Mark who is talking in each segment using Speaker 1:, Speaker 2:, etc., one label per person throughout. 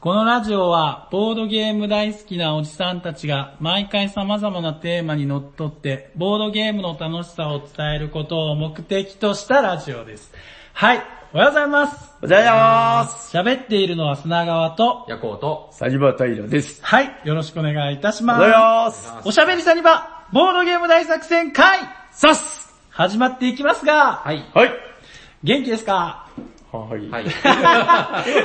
Speaker 1: このラジオは、ボードゲーム大好きなおじさんたちが、毎回様々なテーマにのっとって、ボードゲームの楽しさを伝えることを目的としたラジオです。はい、おはようございます。
Speaker 2: おはようございます。
Speaker 1: 喋っているのは砂川と、
Speaker 3: 夜行と、
Speaker 2: サニバタイラです。
Speaker 1: はい、よろしくお願いいたし
Speaker 2: お
Speaker 1: ます。
Speaker 2: はようございます。
Speaker 1: おしゃべりさにば、ボードゲーム大作戦会
Speaker 2: さっす
Speaker 1: 始まっていきますが、
Speaker 3: はい。
Speaker 2: はい。
Speaker 1: 元気ですか
Speaker 2: はい。
Speaker 3: はい。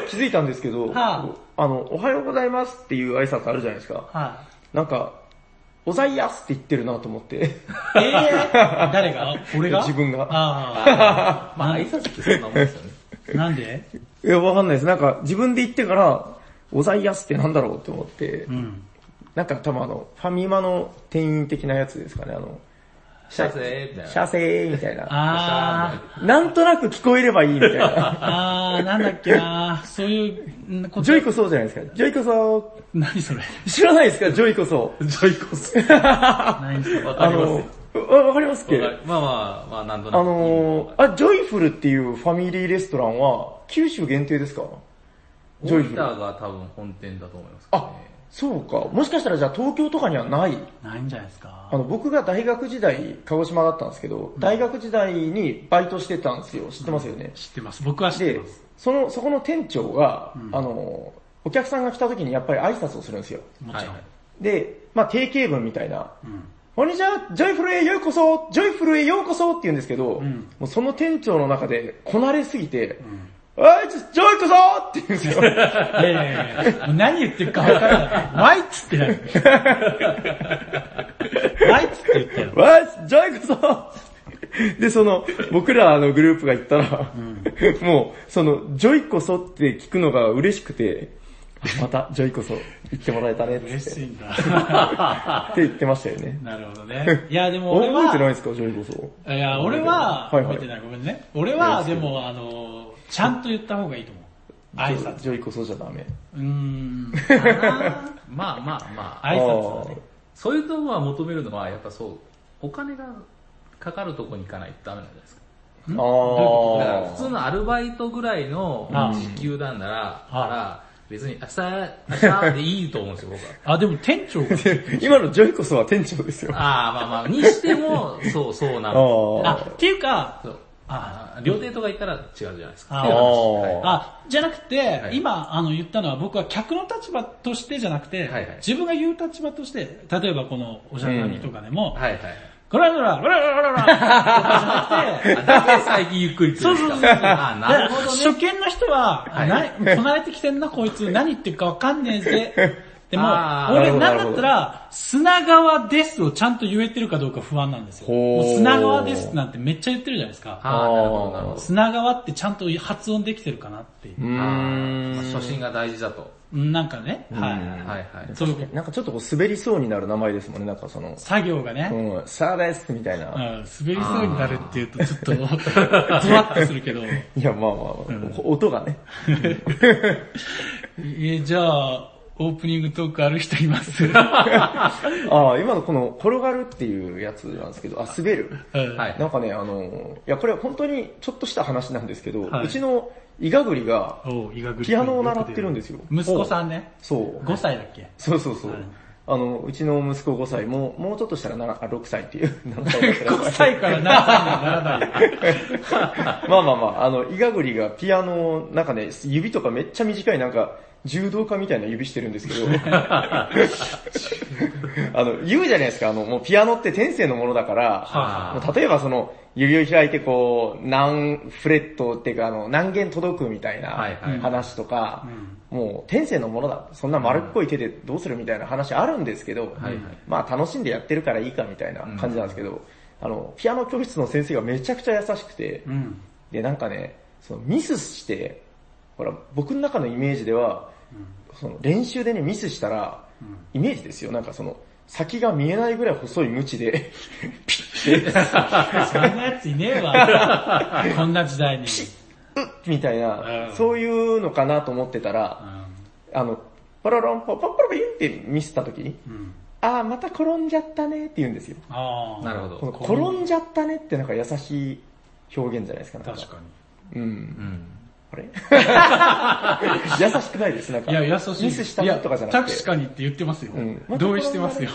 Speaker 2: 気づいたんですけど、
Speaker 1: は
Speaker 2: あの、おはようございますっていう挨拶あるじゃないですか。
Speaker 1: は
Speaker 2: なんか、おざいやすって言ってるなと思って。
Speaker 1: い。えー、誰 が俺が
Speaker 2: 自分が
Speaker 1: あ
Speaker 3: まあ、挨拶ってそんなもん ですよね。
Speaker 1: あ、なんで
Speaker 2: いや、わかんないです。なんか、自分で言ってから、おざいやすってなんだろうって思って、
Speaker 1: うん。
Speaker 2: なんか多分あの、ファミマの店員的なやつですかね、あの、
Speaker 3: シャツえーみたいな。
Speaker 2: シャセーみたいな。
Speaker 1: あー、
Speaker 2: なんとなく聞こえればいいみたい な。
Speaker 1: あー、なんだっけなそういう、んこ
Speaker 2: ジョイこそうじゃないですか。ジョイこそ
Speaker 1: 何それ
Speaker 2: う。知らないですか、ジョイこそう。
Speaker 3: ジョイコス。
Speaker 1: 何それ
Speaker 3: わか
Speaker 2: あ
Speaker 3: ります
Speaker 2: の
Speaker 3: よ。、
Speaker 2: わわかりますっけ
Speaker 3: わかりまあまあ、まあ、なんとな
Speaker 2: あ
Speaker 3: く。
Speaker 2: のー、あ、ジョイフルっていうファミリーレストランは、九州限定ですかジョイ
Speaker 3: 大
Speaker 2: フル。
Speaker 3: 分が多分本店だと思いますけど
Speaker 2: あ
Speaker 3: ね。、
Speaker 2: そうか。もしかしたらじゃあ東京とかにはない。
Speaker 1: ないんじゃないですか
Speaker 2: あの、僕が大学時代、鹿児島だったんですけど、大学時代にバイトしてたんですよ。知ってますよね。
Speaker 1: 知ってます。僕は知って
Speaker 2: で
Speaker 1: ます。、
Speaker 2: その、そこの店長が、あのー、お客さんが来た時にやっぱり挨拶をするんですよ。
Speaker 1: も
Speaker 3: は
Speaker 1: ち
Speaker 3: い
Speaker 1: ろん。
Speaker 3: は。
Speaker 2: で、まあ定型文みたいな、
Speaker 1: うん。
Speaker 2: こんにちは、ジョイフルへようこそ、ジョイフルへようこそって言うんですけど、
Speaker 1: ん
Speaker 2: もうその店長の中でこなれすぎて、
Speaker 1: ん
Speaker 2: あいつ、ジョイこそって言うんです よ。
Speaker 1: いやいやいや、もう何言ってるか分からない。ワイっつってない。ワイっつって言ったよ。
Speaker 2: わいジョイこそで、その、僕らのグループが行ったら、もう、その、ジョイこそって聞くのが嬉しくて、また、ジョイこそ、言ってもらえたねって
Speaker 1: 嬉しいんだ。
Speaker 2: って言ってましたよね。
Speaker 1: なるほどね。いやでも
Speaker 2: 覚
Speaker 1: 俺は
Speaker 2: え、てないですか、ジョイこそ。
Speaker 1: いや俺は、
Speaker 2: はいはい
Speaker 1: 覚えてないごめんね。俺は、でもあの、ちゃんと言った方がいいと思う。挨拶。
Speaker 2: ジョイこそじゃダメ。
Speaker 1: うーん。かない
Speaker 3: まあまあまあ、
Speaker 1: 挨拶はね。
Speaker 3: そういうとこは求めるのは、やっぱそう、お金がかかるとこに行かないとダメなんじゃないですか。
Speaker 2: あー
Speaker 1: ど
Speaker 3: だから普通
Speaker 2: あ
Speaker 3: のアルバイトぐらいの
Speaker 1: ああ
Speaker 3: 時給なんなら、
Speaker 1: ああ
Speaker 3: から別に明日、明日でいいと思うんですよ、僕は。
Speaker 1: あ、でも店長が。
Speaker 2: ー今のジョイこそは店長ですよ。
Speaker 3: ああ、まあまあ、にしても、そう、そうな
Speaker 2: あ
Speaker 3: の。
Speaker 2: ー
Speaker 1: あ、っていうか、
Speaker 3: そう
Speaker 1: あ
Speaker 3: 料亭とか行ったら違うじゃないですか。
Speaker 1: あ
Speaker 3: っていう話はい
Speaker 1: あ、じゃなくて、
Speaker 3: い
Speaker 1: 今、あの、言ったのは僕は客の立場としてじゃなくて、
Speaker 3: はいはい
Speaker 1: 自分が言う立場として、例えばこのおしゃべりとかでも、
Speaker 3: はいはい。
Speaker 1: こらこら、こらこらこら、じ ゃなくて、
Speaker 3: だから最近ゆっくり来
Speaker 1: そう
Speaker 3: るんで
Speaker 1: そ
Speaker 3: す
Speaker 1: う
Speaker 3: か
Speaker 1: そう。
Speaker 3: ああ、なるほどね。
Speaker 1: 初見の人は、
Speaker 3: はい
Speaker 1: な、こなれてきてんな、こいつ、何言ってるかわかんねえぜ。でも、
Speaker 3: あー
Speaker 1: 俺、
Speaker 2: な
Speaker 1: なん
Speaker 2: る
Speaker 1: だ
Speaker 2: ほど
Speaker 1: ったら、砂川ですをちゃんと言えてるかどうか不安なんですよ。
Speaker 2: ほー
Speaker 1: もう砂川ですなんてめっちゃ言ってるじゃないですか。
Speaker 3: ああ、なるほど、なるほど。
Speaker 1: 砂川ってちゃんと発音できてるかなっていう
Speaker 2: うー
Speaker 3: あ
Speaker 2: ん
Speaker 3: あまあ初心が大事だと。
Speaker 1: なんかね、
Speaker 3: はい
Speaker 1: は
Speaker 3: はい。
Speaker 1: い。そういう
Speaker 2: なんかちょっとこう滑りそうになる名前ですもんね、なんかその、
Speaker 1: 作業がね、
Speaker 2: うん、サーですみたいな。
Speaker 1: うん、滑りそうになるっていうとちょっと、ゾワッとするけど、
Speaker 2: いや、まあまあ、音がね。
Speaker 1: え、じゃあ、オープニングトークある人いますうん
Speaker 2: ああ、今のこの、転がるっていうやつなんですけど、あ、滑る。
Speaker 3: は。
Speaker 1: はい
Speaker 2: なんかね、あの、いや、これは本当にちょっとした話なんですけど、
Speaker 1: はいう
Speaker 2: ちのイガグリが
Speaker 1: おう医学
Speaker 2: ピアノを習ってるんですすよ。
Speaker 1: 息子さんね、
Speaker 2: そう。
Speaker 1: 5歳だっけ
Speaker 2: そうそうそう。
Speaker 1: はい
Speaker 2: あの、うちの息子5歳も、もうちょっとしたらならあ6歳っていう。7歳 だから
Speaker 1: 5歳から何歳にはならないよ。
Speaker 2: まあまあまあ、あの、イガグリがピアノを、なんかね、指とかめっちゃ短い、なんか、柔道家みたいな指してるんで すけど、あの、言うじゃないですか、あの、もうピアノって天性のものだから、
Speaker 3: あ
Speaker 2: もう例えばその、指を開いてこう、何フレットっていうか、あの、何弦届くみたい
Speaker 3: はい
Speaker 2: な
Speaker 3: はい
Speaker 2: 話とか、もう天性のものだ、そんな丸っこい手でどうするみたいな話あるんですけど、
Speaker 3: はいはい
Speaker 2: まあ楽しんでやってるからいいかみたいな感じなんですけど、あの、ピアノ教室の先生がめちゃくちゃ優しくて、
Speaker 1: うん。
Speaker 2: で、なんかね、そのミスして、ほら、僕の中のイメージでは、その練習でね、ミスしたら、イメージですよ、なんかその、先が見えないぐらい細いムチで、 ピッて、
Speaker 1: そんなやついねえわ。こんな時代に。
Speaker 2: みたいな、
Speaker 1: うん
Speaker 2: そういうのかなと思ってた
Speaker 1: う
Speaker 2: ら、
Speaker 1: ん
Speaker 2: あの、パラロンポ、パッパラパインってミスった時に、
Speaker 1: うん。
Speaker 2: あーまた転んじゃったねって言うんですよ。
Speaker 1: あ
Speaker 3: あ
Speaker 1: あ。
Speaker 3: なるほ
Speaker 2: この
Speaker 3: ど。
Speaker 2: 転んじゃったねってなんか優しい表現じゃないですか。なん
Speaker 1: 確かに。
Speaker 2: うん
Speaker 3: う。ん。
Speaker 2: あれ優しくないです、なんか。
Speaker 1: いや、優しい。
Speaker 2: ミスしたとかじゃなくて。
Speaker 1: 確かにって言ってますよ。
Speaker 2: うん
Speaker 1: 同意してますよ。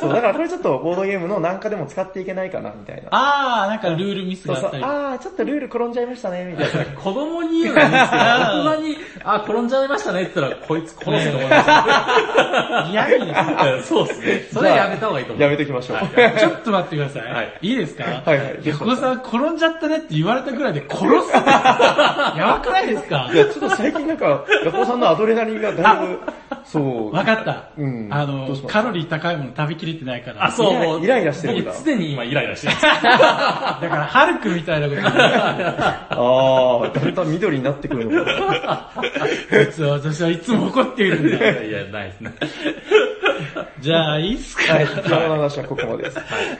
Speaker 2: そう、だからこれちょっとボードゲームのなんかでも使っていけないかな、みたいな。
Speaker 1: あー、なんかルールミス
Speaker 2: そう
Speaker 1: が
Speaker 2: そ
Speaker 1: あ
Speaker 2: う
Speaker 1: っ、たり。
Speaker 2: あー、ちょっとルール転んじゃいましたね、みたいな。
Speaker 3: 子供に言うのに、大人に、あ、転んじゃいましたねって言ったら、こいつ殺すと思いま
Speaker 1: 嫌に
Speaker 3: す。そうですね。 それはやめた方がいいと思う。
Speaker 2: やめときましょう。
Speaker 1: ちょっと待ってください。、
Speaker 3: はい
Speaker 1: いですか
Speaker 2: はいはい
Speaker 1: 横澤さん転んじゃったねって言われたぐらいで殺す ってやばくないですか
Speaker 2: いや、ちょっと最近なんか、ヤコさんのアドレナリンがだいぶ、そう。
Speaker 1: わかった。
Speaker 2: うん
Speaker 1: あ
Speaker 2: どう
Speaker 1: の
Speaker 2: しま、した
Speaker 1: カロリー高いもの食べきれてないから。
Speaker 3: あ、そう、
Speaker 2: イライ
Speaker 3: もう。
Speaker 2: イライラしてるんだ
Speaker 3: 僕すでに今イライラしてます。
Speaker 1: だから、ハルクみたいなこと に
Speaker 2: あー、だんだん緑になってくるのか。
Speaker 1: 実は私はいつも怒っているん
Speaker 3: い
Speaker 1: だ。
Speaker 3: やいや、ないですね。
Speaker 1: じゃあ、いいっすか、
Speaker 2: はい、ピアノの話はここまでです。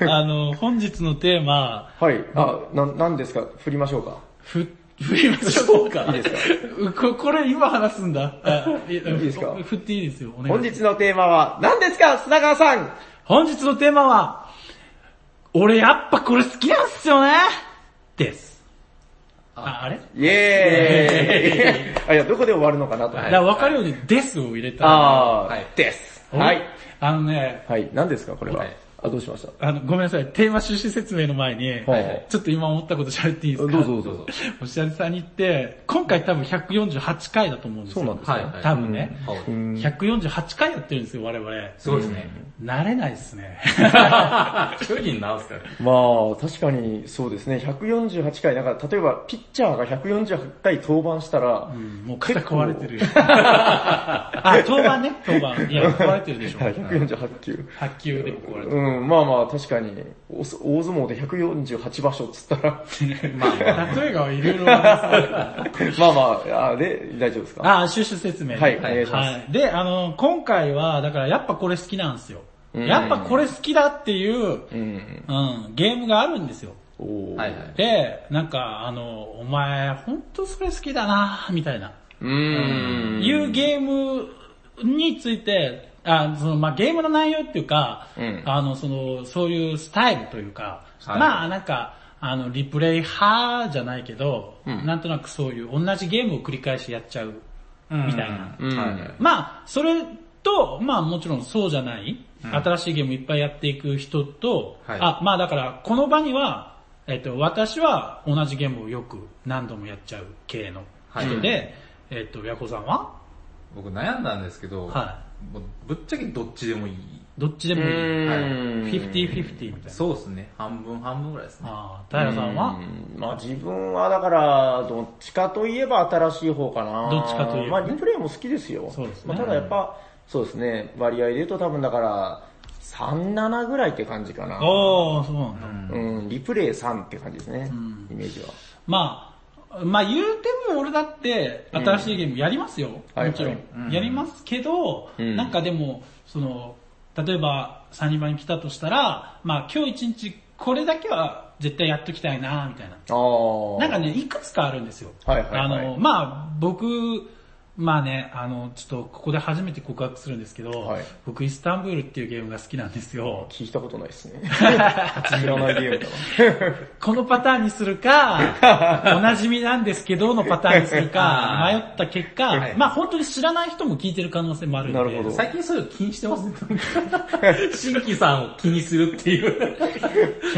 Speaker 1: あの、本日のテーマ、
Speaker 2: はい、あ、な、なんですか振りましょうか。
Speaker 1: ふ、振りましょうか。
Speaker 2: いいです
Speaker 1: うここれ今話すんだ。あいい
Speaker 2: ですか
Speaker 1: 振っていいですよ。お願いします
Speaker 2: 本日のテーマは、何ですか砂川さん
Speaker 1: 本日のテーマは、俺やっぱこれ好きなんすよねです。あ、あれ
Speaker 2: イエーイあ、いや、どこで終わるのかなと。
Speaker 3: は
Speaker 1: だ
Speaker 3: い
Speaker 1: から分かるようにですを入れた。
Speaker 2: あー、
Speaker 3: はい
Speaker 2: です。
Speaker 1: お
Speaker 2: はい。。
Speaker 1: あのね、
Speaker 2: はい、何ですかこれは
Speaker 3: はい。
Speaker 2: あ、どうしました
Speaker 1: あの、ごめんなさい、テーマ趣旨説明の前に、
Speaker 2: はい
Speaker 1: ちょっと今思ったこと喋っていいです
Speaker 2: どう
Speaker 1: か
Speaker 2: ぞど
Speaker 1: ぞ。
Speaker 2: うぞ。
Speaker 1: おしゃれさんに行って、今回多分148回だと思うんですよ。
Speaker 2: そうなんです
Speaker 3: はい
Speaker 2: か
Speaker 3: はい。
Speaker 1: 多分ね。
Speaker 3: はい
Speaker 2: うん
Speaker 1: 148回やってるんですよ、我々。
Speaker 3: すごいですね。
Speaker 1: 慣れないです ね。
Speaker 3: 一人に直すから。
Speaker 2: まあ、確かにそうですね。148回、なんか、例えば、ピッチャーが148回登板したら、
Speaker 1: うんもう肩壊れてるよ。 あ、当番ね、当番。いや、壊れてるでしょ。
Speaker 2: はい、148球。
Speaker 1: 卓球でも壊れてる。
Speaker 2: うん、まあまあ、確かに、お大相撲で148場所っつったら、
Speaker 1: まあ、例えがいろいろあります
Speaker 2: まあまあ、あで、大丈夫ですか
Speaker 1: あ、趣旨説明。
Speaker 2: はい、お願いします。
Speaker 1: はい。で、あの、今回は、だからやっぱこれ好きなんですよ。
Speaker 2: うん
Speaker 1: やっぱこれ好きだっていう、
Speaker 2: うん。
Speaker 1: うん、ゲームがあるんですよ。
Speaker 2: おー
Speaker 3: はいはい。
Speaker 1: で、なんか、あの、お前、ほんとそれ好きだなみたいな、
Speaker 2: うーん。
Speaker 1: いうゲームについて、あそのまあ、ゲームの内容っていうか、
Speaker 2: うん
Speaker 1: あの、その、そういうスタイルというか、
Speaker 3: はい
Speaker 1: まあ、なんか、あの、リプレイ派じゃないけど、
Speaker 2: うん
Speaker 1: なんとなくそういう同じゲームを繰り返しやっちゃう、みたいな。
Speaker 2: うん。
Speaker 3: はい
Speaker 1: まあ、それと、まあもちろんそうじゃない、新しいゲームいっぱいやっていく人と、
Speaker 3: はい
Speaker 1: あ、まあだから、この場には、えっ、と、私は同じゲームをよく何度もやっちゃう系の人で、
Speaker 2: は
Speaker 1: えっ、と、ヤコさんは
Speaker 3: 僕悩んだんですけど、
Speaker 1: は
Speaker 3: もうぶっちゃけどっちでもいい。
Speaker 1: どっちで
Speaker 2: う
Speaker 1: もいい。
Speaker 2: ーん。
Speaker 1: 50-50みたいな。
Speaker 3: そうですね。半分半分ぐらいですね。
Speaker 1: ああ、平さんは
Speaker 2: うんまあ自分はだから、どっちかといえば新しい方かな。
Speaker 1: どっちかといえば
Speaker 2: まあリプレイも好きですよ。
Speaker 1: そうですね
Speaker 2: まあ、ただやっぱ、そうですね、割合で言うと多分だから、3、7ぐらいって感じかな。
Speaker 1: おー、そうなんだ。
Speaker 2: うん、リプレイ3って感じですね、イメージは。
Speaker 1: まあ、まあ言うても俺だって新しいゲームやりますよ。
Speaker 2: はい
Speaker 1: もちろん、
Speaker 2: はい
Speaker 1: やりますけど、
Speaker 2: うん
Speaker 1: なんかでも、その、例えばサニバに来たとしたら、まあ今日一日これだけは絶対やっときたいなみたいな。
Speaker 2: あー。
Speaker 1: なんかね、いくつかあるんですよ。
Speaker 2: はいはいはい
Speaker 1: あの、まあ僕、まあね、あの、ちょっとここで初めて告白するんですけど、
Speaker 2: はい
Speaker 1: 僕イスタンブールっていうゲームが好きなんですよ。
Speaker 2: 聞いたことないです ね。初見らないゲームだ
Speaker 1: このパターンにする か、おなじみなんですけどのパターンにするか、迷った結果、
Speaker 3: はい
Speaker 1: まあ本当に知らない人も聞いてる可能性もあるので、
Speaker 2: なるほど
Speaker 3: 最近そういうの気にしてますね。 新規さんを気にするっていう。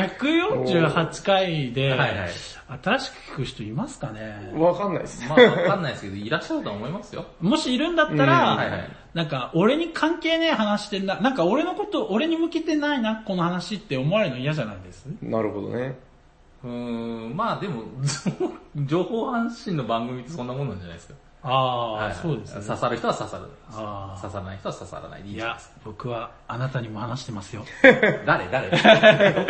Speaker 1: 148回で、
Speaker 3: はいはい
Speaker 1: 新しく聞く人いますか
Speaker 2: な。
Speaker 1: ね
Speaker 2: わかんないです。
Speaker 3: まあわかんないですけど、いらっしゃるとは思いますよ。
Speaker 1: もしいるんだったら、
Speaker 3: うんはいはい
Speaker 1: なんか俺に関係ねえ話してんな、なんか俺のこと、俺に向けてないな、この話って思われるの嫌じゃないです
Speaker 2: なるほどね。
Speaker 3: うーん、まあでも、 情報発信の番組ってそんなもんなんじゃないですか。
Speaker 1: ああ、
Speaker 3: はい
Speaker 1: そうですね
Speaker 3: 刺。さる人は刺さる。
Speaker 1: あー
Speaker 3: 刺さらない人は刺さらないでいい
Speaker 1: い
Speaker 3: じゃない
Speaker 1: や
Speaker 3: ですか。、
Speaker 1: 僕はあなたにも話して ますよ。
Speaker 3: 誰 誰
Speaker 1: リスナー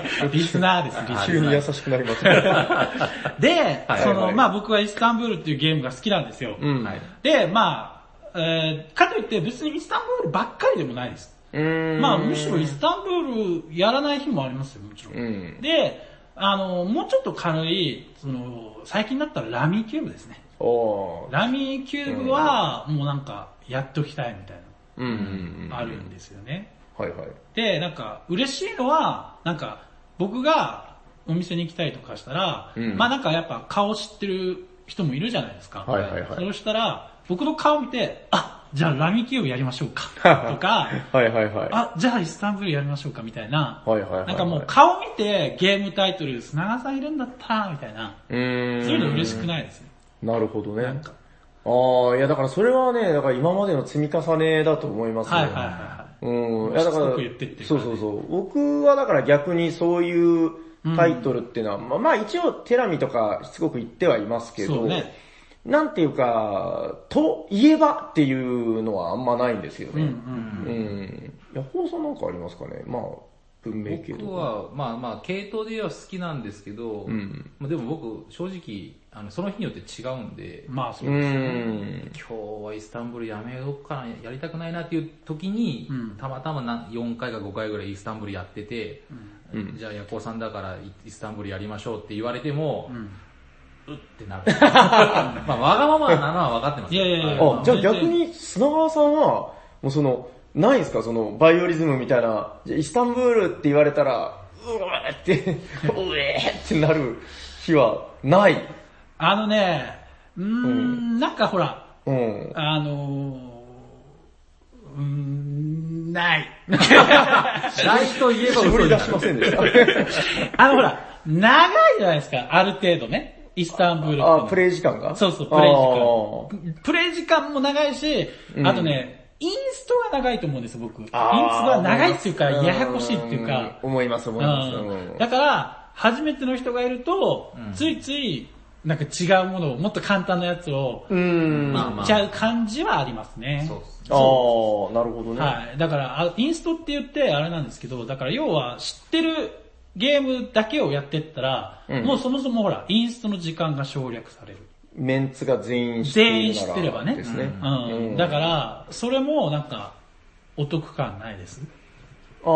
Speaker 1: です、リスナー。
Speaker 2: 急に優しくなりま すね。
Speaker 1: で、
Speaker 3: はい
Speaker 1: そ
Speaker 2: はい
Speaker 1: の、
Speaker 2: はい
Speaker 1: まあ僕はイスタンブールっていうゲームが好きなんですよ。
Speaker 2: うん。
Speaker 3: はい。
Speaker 1: で、まあ、えー、かといって別にイスタンブールばっかりでもないです。
Speaker 2: うーん
Speaker 1: まあむしろイスタンブールやらない日もありますよ、もちろん。
Speaker 2: うん。
Speaker 1: で、あの、もうちょっと軽い、その、最近だったらラミーキューブですね。
Speaker 2: おー。
Speaker 1: ラミーキューブは、もうなんか、やっときたいみたい
Speaker 2: うんうんうん。
Speaker 1: な、あるんですよね。
Speaker 2: はいはい。
Speaker 1: で、なんか、嬉しいのは、なんか、僕がお店に行きたりとかしたら、
Speaker 2: うん
Speaker 1: まあなんかやっぱ顔知ってる人もいるじゃないですか。
Speaker 2: はいはいはい
Speaker 1: そうしたら、僕の顔見て、あ、じゃあラミキューやりましょうか。とか、
Speaker 2: はいはいはい。
Speaker 1: あ、じゃあイスタンブールやりましょうか、みたいな。
Speaker 2: はいはいはいはい。
Speaker 1: なんかもう顔見てゲームタイトル、砂川さんいるんだった、みたいな。
Speaker 2: うーん。
Speaker 1: そういうの嬉しくないですね。
Speaker 2: なるほどね。
Speaker 1: なんか
Speaker 2: ああ、いやだからそれはね、だから今までの積み重ねだと思いますね。
Speaker 1: はいはいはいは
Speaker 2: うん。いやだから
Speaker 1: しつこく言ってっていう
Speaker 2: そ
Speaker 1: か
Speaker 2: う
Speaker 1: ね
Speaker 2: そうそう。僕はだから逆にそういうタイトルっていうのは、まあまあ一応テラミとかしつこく言ってはいますけ
Speaker 1: そ
Speaker 2: ど、
Speaker 1: うね
Speaker 2: なんていうか、と言えばっていうのはあんまないんですよ
Speaker 1: い。うん
Speaker 2: ね。
Speaker 1: うん。
Speaker 2: うん。いや、放送なんかありますかねまあ、文明系と
Speaker 3: 僕
Speaker 2: か。
Speaker 3: は、まあまあ、系統では好きなんですけど、
Speaker 2: ん
Speaker 3: まあでも僕、正直、あのその日によって違うんで、
Speaker 1: まあそう
Speaker 2: う
Speaker 1: です。
Speaker 2: ん。
Speaker 3: 今日はイスタンブールやめようかな、やりたくないなっていう時に、
Speaker 1: うん
Speaker 3: たまたまな4回か5回ぐらいイスタンブールやってて、じゃあ夜行さんだからイイスタンブールやりましょうって言われても、うってなる。 まあわがままなのは分かってます
Speaker 1: いやいやいや
Speaker 2: あ、じゃあ
Speaker 1: 全然
Speaker 2: 逆に砂川さんは、もうその、ないんすかその、バイオリズムみたいな、じゃあイスタンブールって言われたら、うわーって、 うえーってなる日はない。
Speaker 1: あのね、うーん、なんかほら、
Speaker 2: うん。
Speaker 1: あのー、うーん、 ない。
Speaker 3: ないと言え
Speaker 2: 絞
Speaker 3: ば嘘
Speaker 2: り
Speaker 3: に
Speaker 2: 出
Speaker 3: な
Speaker 2: し
Speaker 3: る。
Speaker 2: ませんでした。
Speaker 1: あのほら、長いじゃないですか、ある程度ね。イスタンブールって
Speaker 2: あ、プ
Speaker 1: イ
Speaker 2: レイ時間が
Speaker 1: そうそう、プレイ時間。プレイ時間も長いし、
Speaker 2: ん
Speaker 1: あとね、インストが長いと思うんです、僕。インスト
Speaker 2: あー
Speaker 1: は長いっていうか、ややこしいっていうか。
Speaker 2: うん思います、思います。う
Speaker 1: うん
Speaker 2: ん
Speaker 1: だから、初めての人がいると、ついつい、なんか違うものを、もっと簡単なやつを、
Speaker 2: うーん。
Speaker 3: まあ
Speaker 2: あ
Speaker 3: ま
Speaker 1: い
Speaker 3: あ
Speaker 1: っちゃう感じはありますね。
Speaker 3: そうっす
Speaker 2: あー、なるほどね。
Speaker 1: はい。だから、あインストって言ってあれなんですけど、だから要は知ってるゲームだけをやってったら、
Speaker 2: うん
Speaker 1: もうそもそもほら、インストの時間が省略される。
Speaker 2: メンツが全員知ってるなら
Speaker 1: 全員知ってればね。
Speaker 2: ですね。
Speaker 1: うん
Speaker 2: うん
Speaker 1: だから、それもなんか、お得感ないです。
Speaker 2: あ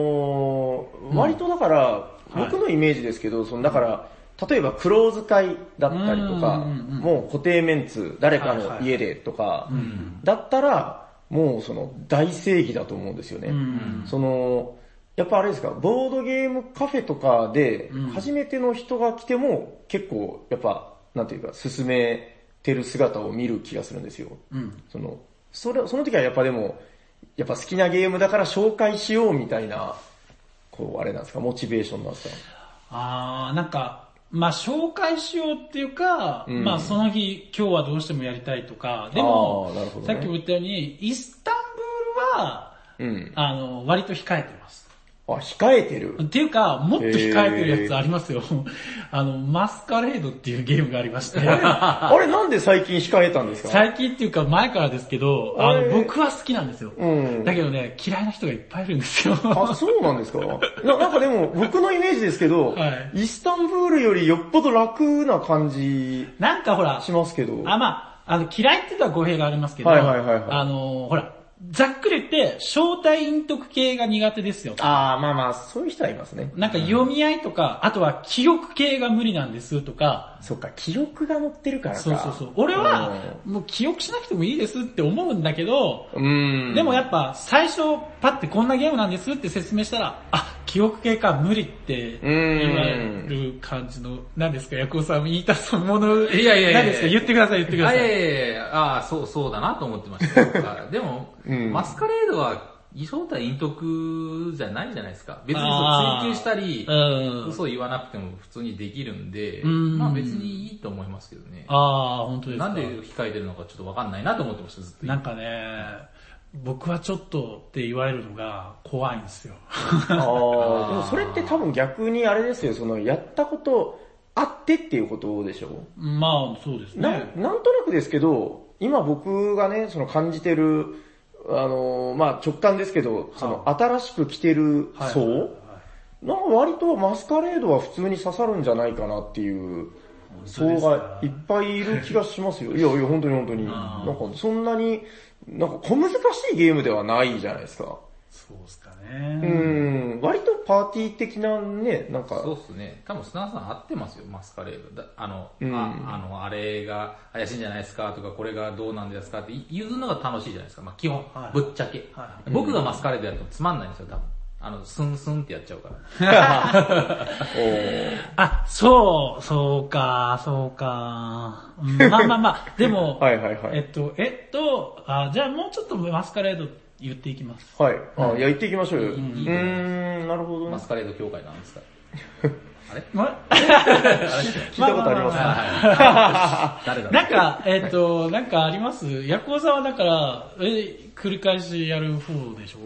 Speaker 2: のー、割とだから、
Speaker 1: はい
Speaker 2: 僕のイメージですけど、そのだから、例えばクローズ会だったりとか、
Speaker 1: うんうんうんうん
Speaker 2: もう固定メンツ、誰かの家でとか、だったら、もうその大正義だと思うんですよね。
Speaker 1: うん
Speaker 2: その、やっぱあれですか、ボードゲームカフェとかで
Speaker 1: うん、
Speaker 2: 初めての人が来ても、結構、やっぱ、なんていうか、進めてる姿を見る気がするんですよ。
Speaker 1: うん。
Speaker 2: その、それ、その時はやっぱでも、やっぱ好きなゲームだから紹介しようみたいな、こう、あれなんですか、モチベーションなんですか。
Speaker 1: あー、なんか、まあ紹介しようっていうか、
Speaker 2: うん
Speaker 1: まあその日、今日はどうしてもやりたいとか、でも
Speaker 2: あーなるほ、どね
Speaker 1: さっきも言ったように、イスタンブールは、
Speaker 2: うん。
Speaker 1: あの、割と控えてます。
Speaker 2: あ、控えてる。
Speaker 1: っていうか、もっと控えてるやつありますよ。 あの、マスカレードっていうゲームがありま して、
Speaker 2: あれなんで最近控えたんですか
Speaker 1: 最近っていうか前からですけど、あ
Speaker 2: あれ
Speaker 1: の、僕は好きなんですよ。
Speaker 2: うん
Speaker 1: だけどね、嫌いな人がいっぱいいるんです よ。
Speaker 2: あ、そうなんですかななんかでも、僕のイメージですけど、
Speaker 1: はい
Speaker 2: イスタンブールよりよっぽど楽な感じ
Speaker 1: なんかほら、
Speaker 2: しますけど。
Speaker 1: あ、まあ、あの、嫌いって言ったら語弊がありますけど、
Speaker 2: はいはいはいはい
Speaker 1: あの、ほら、ざっくり言って、招待陰徳系が苦手ですよ。
Speaker 2: あーまあまあ、そういう人はいますね。
Speaker 1: なんか読み合いとか、あとは記憶系が無理なんですとか、
Speaker 2: そっか、記憶が乗ってるからか。
Speaker 1: そうそうそう。俺は、もう記憶しなくてもいいですって思うんだけど、
Speaker 2: うん、うん。
Speaker 1: でもやっぱ最初パってこんなゲームなんですって説明したら、あ、記憶系か無理って言われる感じの、何ですか、ヤクオさん言いたそうもの、
Speaker 3: いやいやいや
Speaker 1: 何ですか、言ってください言ってくだ
Speaker 3: あ
Speaker 1: さ
Speaker 3: いや
Speaker 1: い。
Speaker 3: いやいや、あーそう、そうだなと思ってました。僕 はでも、
Speaker 2: うん
Speaker 3: マスカレードは、異常対陰徳じゃないじゃないですか。別に
Speaker 1: あー
Speaker 3: そう追求したり、
Speaker 1: うん。
Speaker 3: 嘘を言わなくても普通にできるんで、
Speaker 1: うん
Speaker 3: まあ別にいいと思いますけどね。
Speaker 1: ああ、本当ですか。
Speaker 3: なんで控えてるのかちょっとわかんないなと思ってました、ずっと。
Speaker 1: なんかね、僕はちょっとって言われるのが怖いんですよ。
Speaker 2: あー でもそれって多分逆にあれですよ、その、やったことあってっていうことでしょ
Speaker 1: まあ、そうです
Speaker 2: な
Speaker 1: ね。
Speaker 2: なんとなくですけど、今僕がね、その感じてる、あのーまあ直感ですけど、その新しく来てる
Speaker 1: はい
Speaker 2: 層、なんか割とマスカレードは普通に刺さるんじゃないかなっていう層
Speaker 1: 当ですか
Speaker 2: がいっぱいいる気がしますよ。いやいや、本当に本当に。
Speaker 3: あ
Speaker 2: なんかそんなに、なんか小難しいゲームではないじゃないですか。
Speaker 1: そうですか
Speaker 2: う
Speaker 1: ね。
Speaker 2: ん、割とパーティー的なね、なんか、
Speaker 3: そうっすね。多分砂さん合ってますよ、マスカレード。だあの、
Speaker 2: うん
Speaker 3: あ、あの、あれが怪しいんじゃないですかとか、これがどうなんですかって言うのが楽しいじゃないですか。まあ基本
Speaker 1: は、い
Speaker 3: ぶっちゃけ
Speaker 1: は。
Speaker 3: 僕がマスカレードやるとつまんないんですよ、多分。あの、スンスンってやっちゃうから。
Speaker 2: おー
Speaker 1: あ、そう、そうか、そうか。うんまあまあまあ、で も、
Speaker 2: はいはいはい
Speaker 1: えっと、えっと、あじゃあもうちょっとマスカレード言っていきます。
Speaker 2: はい。あ、いや、行っていきましょうよ。うー
Speaker 3: ん
Speaker 2: ん、なるほどね
Speaker 3: マ。スカレード協会な んですかあれ
Speaker 2: 聞いたこと
Speaker 1: まあまあまあ
Speaker 2: あります
Speaker 1: まあ
Speaker 3: はい誰だ
Speaker 1: なんか、えっ、と、 なんかありますヤコウさんはだから、え、繰り返しやる方でしょ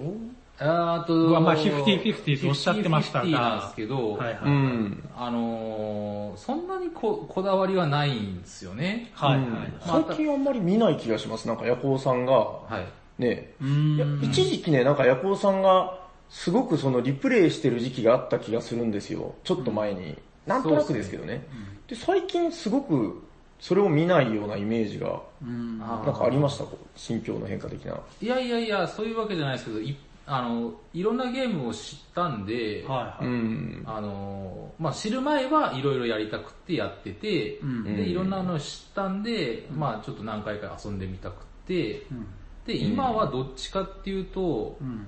Speaker 3: あーと、
Speaker 1: うわまあ50-50とおっしゃってましたが
Speaker 3: 50-50なんですけど、
Speaker 1: はいは
Speaker 2: う
Speaker 1: い。
Speaker 2: ん。
Speaker 3: あのー、そんなにここだわりはないんですよね。
Speaker 1: はい
Speaker 2: うん
Speaker 1: はい。
Speaker 2: 最近あんまり見ない気がします。なんか、ヤコウさんが、
Speaker 3: はい。
Speaker 2: ね、
Speaker 1: う
Speaker 2: いや
Speaker 1: ーん。
Speaker 2: 一時期ね、なんかヤコウさんが、すごくそのリプレイしてる時期があった気がするんですよ。ちょっと前に。なんとなくですけどね。で、最近すごく、それを見ないようなイメージが、
Speaker 1: うん
Speaker 3: あー
Speaker 2: なんかありましたこう心境の変化的な。
Speaker 3: いやいやいや、そういうわけじゃないですけど、いあの、いろんなゲームを知ったんで、
Speaker 1: は
Speaker 2: う
Speaker 1: いはい。
Speaker 2: ん。
Speaker 3: あのー、まあ知る前はいろいろやりたくてやってて、
Speaker 1: うん
Speaker 3: で、いろんなの知ったんで、まあちょっと何回か遊んでみたくて、
Speaker 1: うん。
Speaker 3: で、今はどっちかっていうと
Speaker 1: う、ん。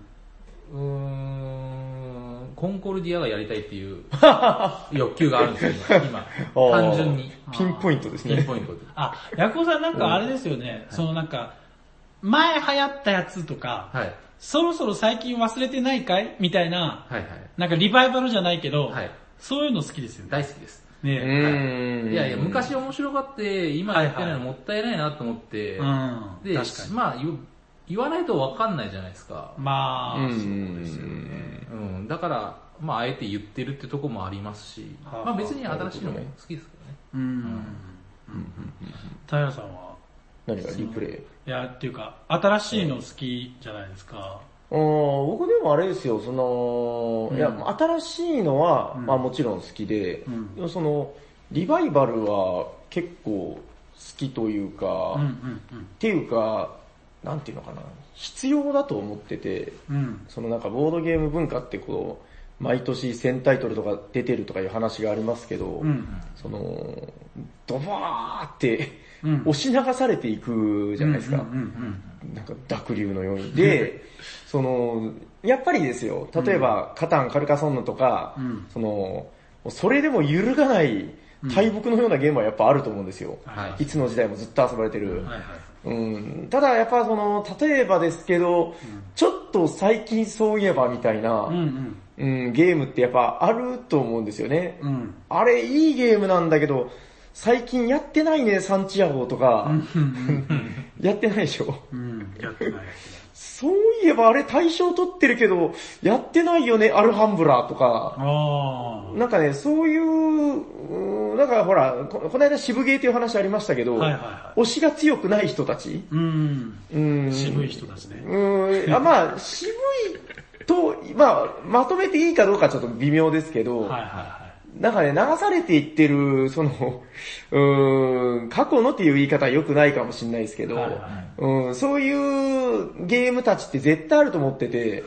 Speaker 3: うーん、コンコルディアがやりたいっていう 欲求があるんですよ、今。今
Speaker 2: あー
Speaker 3: 単純に。
Speaker 2: ピンポイントです
Speaker 3: ピン
Speaker 2: ね。
Speaker 3: ポイントで。
Speaker 1: あ、ヤコウさんなんかあれですよね、そのなんか、前流行ったやつとか、
Speaker 3: はい。
Speaker 1: そろそろ最近忘れてないかいみたいな、
Speaker 3: はいはい。
Speaker 1: なんかリバイバルじゃないけど、
Speaker 3: はい
Speaker 1: そういうの好きですよね。
Speaker 3: 大好きです。
Speaker 2: う
Speaker 1: ね
Speaker 2: ん。
Speaker 3: いやいや、昔面白がって、今やってないのもったいないなと思って、
Speaker 1: うん。
Speaker 3: で、
Speaker 1: 確かに。
Speaker 3: まあ言う言わないとわかんないじゃないですか。
Speaker 1: まあ、
Speaker 2: うん
Speaker 1: そうですよね。
Speaker 3: うん、だから、まああえて言ってるってとこもありますし、
Speaker 1: はあ
Speaker 3: まあ別に新しいのも好きですけどね。
Speaker 1: うん。平さんは
Speaker 2: 何かリプレイ。
Speaker 1: いや、っていうか、新しいの好きじゃないですか。
Speaker 2: うん僕でもあれですよ、その、いや、新しいのは、まあもちろん好きで、
Speaker 1: ん
Speaker 2: でもその、リバイバルは結構好きというか、
Speaker 1: うんう
Speaker 2: っ
Speaker 1: ん
Speaker 2: ていうか、なんていうのかな、必要だと思ってて、
Speaker 1: うん。うん。
Speaker 2: そのなんかボードゲーム文化ってこう、毎年1000タイトルとか出てるとかいう話がありますけど、
Speaker 1: うん。
Speaker 2: その、ドバーって
Speaker 1: うん
Speaker 2: 押し流されていくじゃないですか。
Speaker 1: うんうん
Speaker 2: なんか濁流のように。 で、その、やっぱりですよ、例えば、カタン、カルカソンヌとか、
Speaker 1: うん
Speaker 2: その、それでも揺るがない大木のようなゲームはやっぱあると思うんですよ。
Speaker 1: うん。
Speaker 3: はい
Speaker 2: いつの時代もずっと遊ばれてる。
Speaker 1: はいはい。
Speaker 2: うん、ただやっぱその、例えばですけど、ちょっと最近そういえばみたいな、
Speaker 1: うんうん。
Speaker 2: うんゲームってやっぱあると思うんですよね。
Speaker 1: うん。
Speaker 2: あれ、いいゲームなんだけど、最近やってないね、サンチアゴとか、やってないでしょ。
Speaker 1: うん。やってない。
Speaker 2: そういえばあれ対象取ってるけど、やってないよね、アルハンブラとか。
Speaker 1: あ
Speaker 2: なんかね、そういう、うーんなんかほら、ここの間渋ゲーという話ありましたけど、
Speaker 1: はいはいは
Speaker 2: 推しが強くない人たち
Speaker 1: ー。うん。
Speaker 2: うーん。
Speaker 1: 渋い人たちね。
Speaker 2: うーん、あまあ、渋いと、まあ、まとめていいかどうかちょっと微妙ですけど、
Speaker 1: はいはいは
Speaker 2: なんかね、流されていってる、その、うーん、過去のっていう言い方は良くないかもしれないですけど、
Speaker 1: はいは
Speaker 2: うん、そういうゲームたちって絶対あると思ってて、
Speaker 1: い。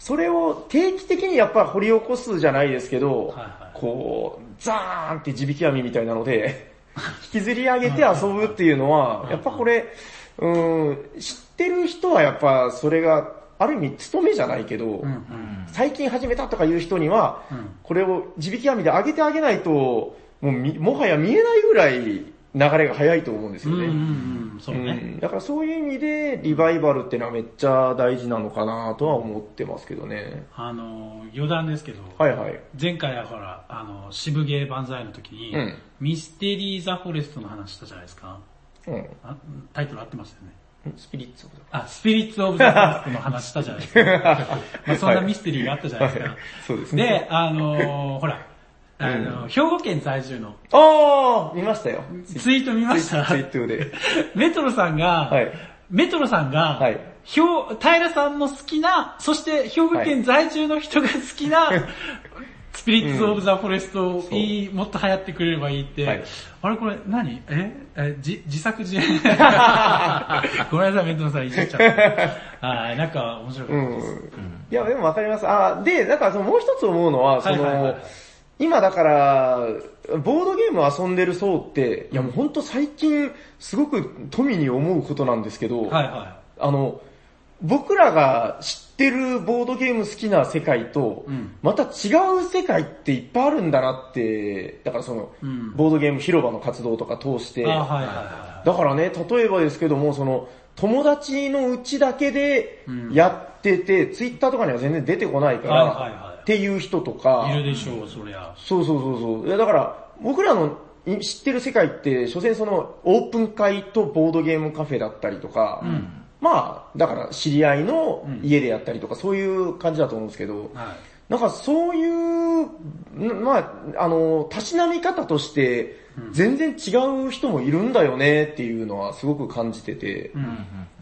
Speaker 2: それを定期的にやっぱ掘り起こすじゃないですけど、
Speaker 1: はいはい
Speaker 2: こう、ザーンって地引き網みたいなので、 引きずり上げて遊ぶっていうのは、やっぱこれ、うん、知ってる人はやっぱそれが、ある意味務めじゃないけど、
Speaker 1: うんうん。
Speaker 2: 最近始めたとかいう人には、
Speaker 1: うん
Speaker 2: これを地引き網で上げてあげないと、もうみもはや見えないぐらい流れが早いと思うんです
Speaker 1: うん
Speaker 2: よ
Speaker 1: うん
Speaker 2: ね。
Speaker 1: うん。そう
Speaker 2: う
Speaker 1: ね。
Speaker 2: んだからそういう意味でリバイバルってのはめっちゃ大事なのかなとは思ってますけどね。
Speaker 1: あの、余談ですけど、
Speaker 2: はいはい。
Speaker 1: 前回はほら、あの、渋芸万歳の時に
Speaker 2: うん、
Speaker 1: ミステリー・ザ・フォレストの話したじゃないですか。
Speaker 2: うん。
Speaker 1: あタイトル合ってますよね。
Speaker 2: スピリッツオブ
Speaker 1: あ、スピリッツ・オブ・ザ・フォレストの話したじゃないです か。 まあそんなミステリーがあったじゃないですか。
Speaker 2: そうですね。
Speaker 1: で、あのー、ほら、あのー、兵庫県在住の
Speaker 2: あー見ましたよ。
Speaker 1: ツイート見まし
Speaker 2: ツイ
Speaker 1: た
Speaker 2: ッターで。
Speaker 1: メトロさんが、
Speaker 2: はい
Speaker 1: メトロさんが、
Speaker 2: はい
Speaker 1: ひょう平さんの好きな、そして兵庫県在住の人が好きな、 スピリッツ・オブ・ザ・フォレストをいい、もっと流行ってくれればいいって、
Speaker 2: はい
Speaker 1: あれこれ何ええじ自作 自演ごめんなさい、メトロさんいじっちゃっ た。はい、なんか面白か
Speaker 2: う
Speaker 1: った
Speaker 2: ん
Speaker 1: です。。
Speaker 2: いや、でもわかります。あーで、だからそのもう一つ思うのは、そ
Speaker 1: はいはいはい
Speaker 2: の、今だから、ボードゲームを遊んでる層って、いやもうほんと最近、すごく富に思うことなんですけど、
Speaker 1: はいは
Speaker 2: あの、僕らが知ってるボードゲーム好きな世界と、
Speaker 1: うん
Speaker 2: また違う世界っていっぱいあるんだなって、だからその、
Speaker 1: うん
Speaker 2: ボードゲーム広場の活動とか通して、
Speaker 1: あはいはいは
Speaker 2: だからね、例えばですけども、その、友達のうちだけで
Speaker 1: うん
Speaker 2: やってて、ツイッターとかには全然出てこないから、
Speaker 1: はいはいはい
Speaker 2: っていう人とか、
Speaker 1: い。いるでしょう、そりゃ。
Speaker 2: そうそうそうそういや。だから、僕らのい知ってる世界って、所詮その、オープン会とボードゲームカフェだったりとか、まあ、だから知り合いの家でやったりとか、そういう感じだと思うんですけど、
Speaker 1: は
Speaker 2: なんかそういう、なまあ、あの、たしなみ方として、全然違う人もいるんだよねっていうのはすごく感じてて、
Speaker 1: い。う。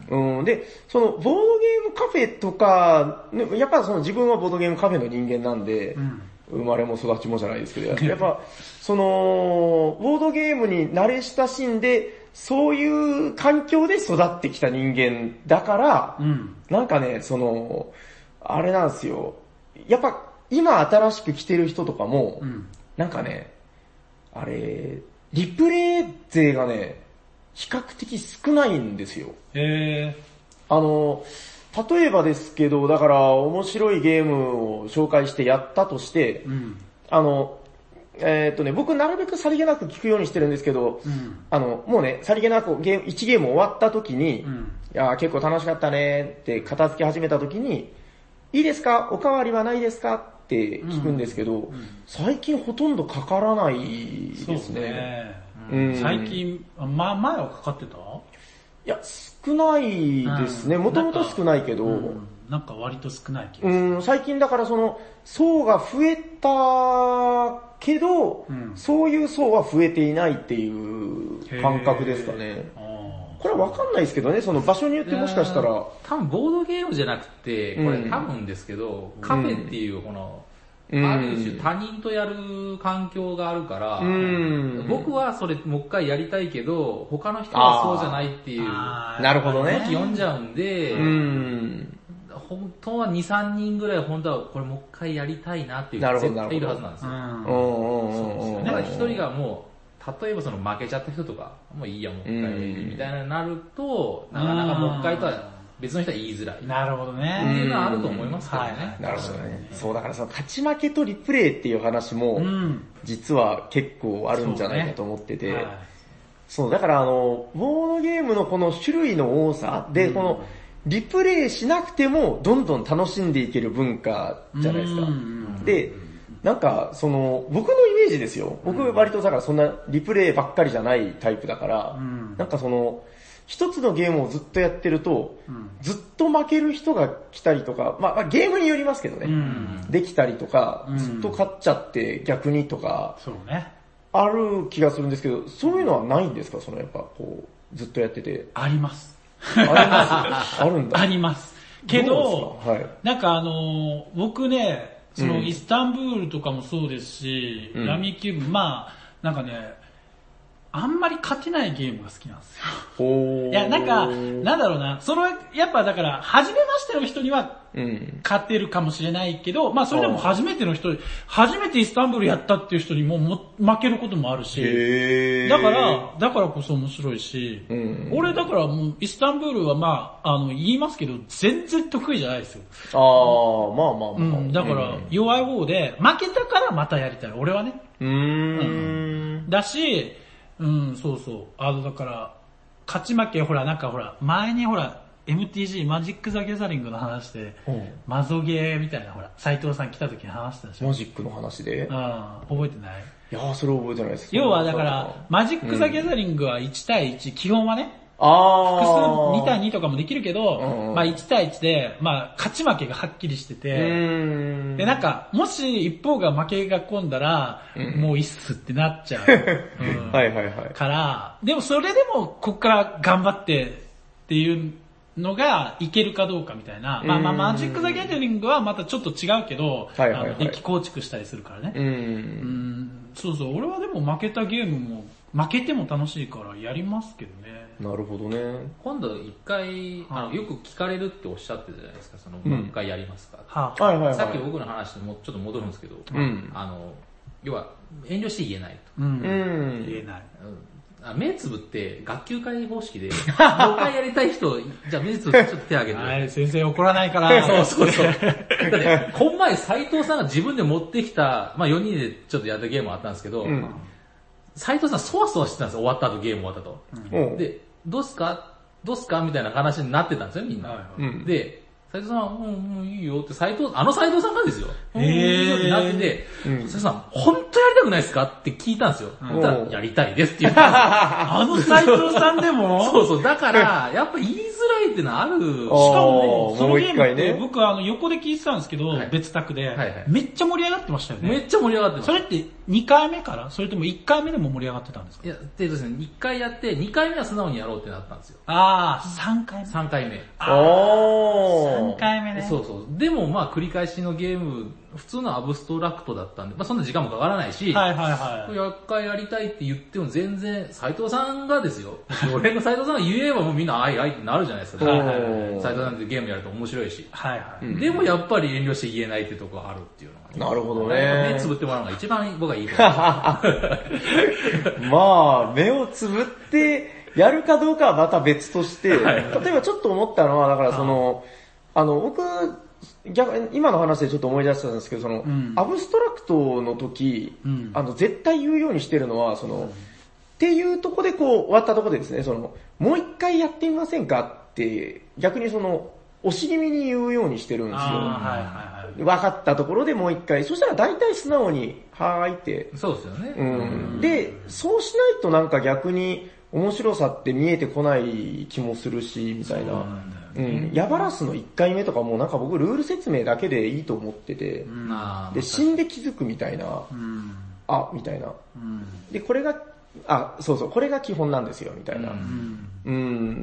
Speaker 3: うんん
Speaker 2: うん、で、その、ボードゲームカフェとか、ねやっぱその自分はボードゲームカフェの人間なんで、
Speaker 1: うん。
Speaker 2: 生まれも育ちもじゃないですけど、やっぱ、その、ボードゲームに慣れ親しんで、そういう環境で育ってきた人間だから、
Speaker 1: うん。
Speaker 2: なんかね、その、あれなんですよ。やっぱ、今新しく来てる人とかも、
Speaker 1: うん。
Speaker 2: なんかね、あれ、リプレイ勢がね、比較的少ないんですよ。
Speaker 1: え
Speaker 2: あの、例えばですけど、だから面白いゲームを紹介してやったとして、
Speaker 1: ー。うん。
Speaker 2: あの、えーっとね、僕なるべくさりげなく聞くようにしてるんですけど、
Speaker 1: うん。
Speaker 2: あの、もうね、さりげなくゲーム、1ゲーム終わった時に、
Speaker 1: う
Speaker 2: い
Speaker 1: ん。
Speaker 2: やー結構楽しかったねって片付け始めた時に、いいですかおかわりはないですかって聞くんですけど、最近ほとんどかからない
Speaker 1: そう
Speaker 2: で
Speaker 1: ですす
Speaker 2: ね。
Speaker 1: ね。
Speaker 2: うん
Speaker 1: 最近、あま、前はかかってた
Speaker 2: いや、少ないですね。
Speaker 1: うん
Speaker 2: もともと少ないけど、
Speaker 1: うんなんか割と少ない気がする。
Speaker 2: うん、最近だからその、層が増えたけど、
Speaker 1: うん
Speaker 2: そういう層は増えていないっていう感覚ですかね。
Speaker 1: あ
Speaker 2: これはわかんないですけどね、その場所によってもしかした
Speaker 3: いやー
Speaker 2: ら、
Speaker 3: 多分ボードゲームじゃなくて、こ
Speaker 2: う
Speaker 3: れ
Speaker 2: ん
Speaker 3: 多分ですけど、カフェっていうこの、
Speaker 2: うん
Speaker 3: ある種他人とやる環境があるから、
Speaker 2: うん
Speaker 3: 僕はそれもう一回やりたいけど、他の人はそうじゃないっていう、
Speaker 1: あー
Speaker 2: なるほどね
Speaker 3: 空気読んじゃうんで、
Speaker 2: うん、
Speaker 3: 本当は2、3人ぐらい本当はこれもう一回やりたいなっていう
Speaker 2: なる
Speaker 3: 人
Speaker 2: ほど
Speaker 3: 絶対いるはずなんです
Speaker 1: う。
Speaker 2: う
Speaker 3: よ。
Speaker 2: んん、うん、うん、うん。
Speaker 3: だから一人がもう、例えばその負けちゃった人とか、もういいやもう一回みたいななると、なかなかもう一回とは別の人は言いづらい。
Speaker 1: なるほど
Speaker 3: って
Speaker 1: ね。
Speaker 3: いうのはあると思いますけど
Speaker 1: うんはい
Speaker 3: ね。
Speaker 2: なるほどね。そう、だからその勝ち負けとリプレイっていう話も、
Speaker 1: うん。
Speaker 2: 実は結構あるんじゃないかと思ってて、
Speaker 1: はい
Speaker 2: そう、だからあの、ボードゲームのこの種類の多さで、この、リプレイしなくても、どんどん楽しんでいける文化じゃないですか
Speaker 1: うんうんうん。
Speaker 2: で、なんか、その、僕のイメージですよ。僕割とだからそんなリプレイばっかりじゃないタイプだから
Speaker 1: うん、
Speaker 2: なんかその、一つのゲームをずっとやってると
Speaker 1: ん、
Speaker 2: ずっと負ける人が来たりとか、まあまあゲームによりますけど
Speaker 1: う
Speaker 2: ね、
Speaker 1: ん。
Speaker 2: できたりとか
Speaker 1: う、ん
Speaker 2: ずっと勝っちゃって逆にとか、
Speaker 1: そうね。
Speaker 2: ある気がするんですけど、そういうのはないんですかそのやっぱこう、ずっとやってて。
Speaker 1: あります。
Speaker 2: あ りますあるんだ。
Speaker 1: あります。け
Speaker 2: ど
Speaker 1: ど
Speaker 2: うですかはい、
Speaker 1: なんかあのー、僕ね、その
Speaker 2: うん
Speaker 1: イスタンブールとかもそうですし、
Speaker 2: うん
Speaker 1: ラミキューブ、まあ、なんかね、あんまり勝てないゲームが好きなんですよ。
Speaker 2: ほー
Speaker 1: いや、なんか、なんだろうな、その、やっぱだから、初めましての人には
Speaker 2: うん。
Speaker 1: 勝てるかもしれないけど、まあそれでも初めての人、初めてイスタンブールやったっていう人にもも負けることもあるし、
Speaker 2: へー
Speaker 1: だか、ら、だからこそ面白いし、
Speaker 2: うん
Speaker 1: 俺だからもうイスタンブールはまあ、あの、言いますけど、全然得意じゃないですよ。
Speaker 2: あー、まあまあ
Speaker 1: う
Speaker 2: まあ。
Speaker 1: ん、だから
Speaker 2: う
Speaker 1: 弱い方で、負けたからまたやりたい、俺はね。
Speaker 2: ーん。
Speaker 1: だし、うん、そうそう。あの、だから、勝ち負け、ほら、なんかほら、前にほら、MTG、マジック・ザ・ギャザリングの話で、
Speaker 2: うん
Speaker 1: マゾゲーみたいな、ほら、斎藤さん来た時に話したでしょ。
Speaker 2: マジックの話で。
Speaker 1: うん、覚えてない
Speaker 2: いやー、それ覚えてないです。
Speaker 1: 要はだから、、マジック・ザ・ギャザリングは1対1、基本はね、
Speaker 2: あ
Speaker 1: 複数
Speaker 2: ー。
Speaker 1: 2対2とかもできるけど、
Speaker 2: うんうん
Speaker 1: まあ1対1で、まあ勝ち負けがはっきりして
Speaker 2: う
Speaker 1: て、
Speaker 2: ーん。
Speaker 1: で、なんか、もし一方が負けが込んだら、もういいっすってなっ ちゃう。うん
Speaker 2: はいはいはい。
Speaker 1: から、でもそれでもこっから頑張ってっていうのがいけるかどうかみたいな。まあまあ
Speaker 2: うん
Speaker 1: マジック・ザ・ギャザリングはまたちょっと違うけど、
Speaker 2: はいはいはい
Speaker 1: あのデッキ構築したりするから
Speaker 2: う。
Speaker 1: ね。うんん、そうそう、俺はでも負けたゲームも、負けても楽しいからやりますけどね。
Speaker 2: なるほどね。
Speaker 3: 今度一回、あの、よく聞かれるっておっしゃってたじゃないですか、その、もう一回やりますか。
Speaker 1: はあ、
Speaker 2: はいはいはい。
Speaker 3: さっき僕の話にもちょっと戻るんですけど、
Speaker 2: うん
Speaker 3: あの、要は、遠慮して言えないと。
Speaker 1: うん
Speaker 2: う。ん。
Speaker 1: 言えない。
Speaker 3: うんあ目つぶって学級会方式で、5回やりたい人、じゃあ目つぶってちょっと手挙げて。
Speaker 1: はい、先生怒らないから。そうそうそう。
Speaker 3: だって、この前斎藤さんが自分で持ってきた、まあ4人でちょっとやったゲームあったんですけど、
Speaker 2: うん。
Speaker 3: 斎藤さんそわそわしてたんですよ、終わった後ゲーム終わったと。
Speaker 2: うん。
Speaker 3: で、どうすかどうすかみたいな話になってたんですよ、みんな。
Speaker 2: うん
Speaker 3: で、斉藤さんは、うん、うん、いいよって、斉藤、あの斉藤さんがですよ。
Speaker 1: へー
Speaker 3: うんいいよってなってて、斉藤さん、本当やりたくないですかって聞いたんですよ。
Speaker 2: ん
Speaker 3: だからやりたいですって言ったんです
Speaker 1: あの斎藤さんでも
Speaker 3: よ。 そうそう、だから、やっぱ言いづらいってのある。
Speaker 2: あ
Speaker 1: しかも
Speaker 2: あー
Speaker 1: ね、そのゲー
Speaker 2: もう一
Speaker 1: ム
Speaker 2: 回
Speaker 1: って
Speaker 2: ね
Speaker 1: 僕あの横で聞いてたんですけど、
Speaker 3: はい
Speaker 1: 別宅で、
Speaker 3: はいはい
Speaker 1: めっちゃ盛り上がってましたよ
Speaker 3: め
Speaker 1: ね。
Speaker 3: っちゃ盛り上がってます
Speaker 1: それって2回目からそれとも1回目でも盛り上がってたんですか
Speaker 3: いや、でですね、1回やって、2回目は素直にやろうってなったんですよ。
Speaker 1: ああ、3回目。
Speaker 3: 3回目。
Speaker 2: お
Speaker 1: 3回目ね。
Speaker 3: そうそう。でもまあ繰り返しのゲーム、普通のアブストラクトだったんで、まあそんな時間もかからないし、
Speaker 1: はいはいはい。
Speaker 3: 100回やりたいって言っても全然、斎藤さんがです よ。俺の斎藤さんが言えばもうみんなあいあいってなるじゃないです
Speaker 2: はい
Speaker 3: か。斎
Speaker 2: はいはい
Speaker 3: 藤さんってゲームやると面白いし。
Speaker 1: はいはい。
Speaker 3: でもやっぱり遠慮して言えないってとこがあるっていうのが
Speaker 2: な
Speaker 3: ね。
Speaker 2: るほど
Speaker 3: やっぱ
Speaker 2: ね
Speaker 3: 目。つぶってもらうのが一番僕はいいと思 う。
Speaker 2: まあ、目をつぶってやるかどうかはまた別として、例えばちょっと思ったのは、だからその、あの、僕、逆に今の話でちょっと思い出したんですけど、その、
Speaker 1: ん
Speaker 2: アブストラクトの時、
Speaker 1: うん
Speaker 2: あの、絶対言うようにしてるのは、その、っていうとこでこう、終わったとこでですね、その、もう一回やってみませんかって、逆にその、押し気味に言うようにしてるんですよ。
Speaker 1: ああ、はいはいはい。
Speaker 2: 分かったところでもう一回、そしたら大体素直に、はーいって
Speaker 3: そうですよね。
Speaker 2: うんで、そうしないとなんか逆に面白さって見えてこない気もするし、みたい
Speaker 1: そう
Speaker 2: な。
Speaker 1: なんだよ
Speaker 2: うん。ヤバラスの1回目とかもうなんか僕ルール説明だけでいいと思ってて、
Speaker 3: まあ、
Speaker 2: で、死んで気づくみたいな、
Speaker 1: うん。
Speaker 2: あ、みたいな。
Speaker 1: うん。
Speaker 2: で、これが、あ、そうそう、これが基本なんですよ、みたいな
Speaker 3: う。
Speaker 1: うんん。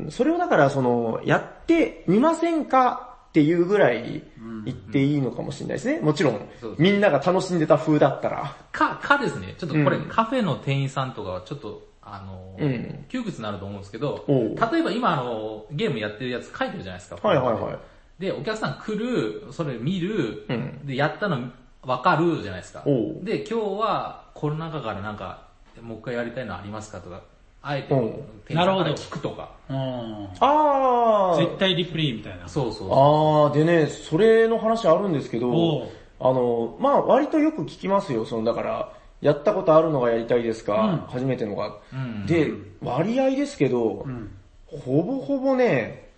Speaker 2: うん、それをだからその、やってみませんかっていうぐらい言っていいのかもしれないですね。もちろん
Speaker 3: そう、
Speaker 2: みんなが楽しんでた風だったら。
Speaker 3: か、かですね。ちょっとこれ、
Speaker 2: うん
Speaker 3: カフェの店員さんとかはちょっと、あの、
Speaker 2: うん
Speaker 3: 窮屈になると思うんですけど、
Speaker 2: おう
Speaker 3: 例えば今あの、ゲームやってるやつ書いてるじゃないですか。
Speaker 2: はいはいはい。
Speaker 3: で、お客さん来る、それ見る、
Speaker 2: うん
Speaker 3: で、やったの分かるじゃないですか。
Speaker 2: おう
Speaker 3: で、今日は、この中からなんか、もう一回やりたいのありますかとか、あえて、
Speaker 2: おう
Speaker 3: 店員さんから聞くとか。
Speaker 1: うん。
Speaker 2: あー。
Speaker 1: 絶対リプレイみたいな。
Speaker 3: そうそうそう。
Speaker 2: あー、でね、それの話あるんですけ
Speaker 1: おう
Speaker 2: ど、あの、まあ割とよく聞きますよ、その、だから、やったことあるのがやりたいですか、初めてのが。
Speaker 3: うん
Speaker 2: で、割合ですけど、
Speaker 1: ん
Speaker 2: ほぼほぼね、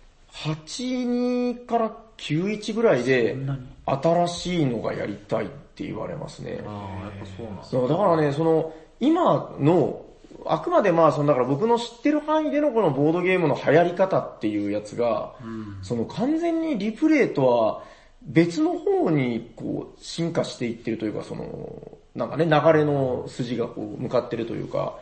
Speaker 2: 82から91ぐらいで
Speaker 1: そんなに、
Speaker 2: 新しいのがやりたいって言われますね。
Speaker 3: ああ、やっぱそうなんですね
Speaker 2: そう、だからね、その、今の、あくまでまあ、その、だから僕の知ってる範囲でのこのボードゲームの流行り方っていうやつが、その完全にリプレイとは別の方にこう、進化していってるというか、その、なんかね、流れの筋がこう、向かってるというか、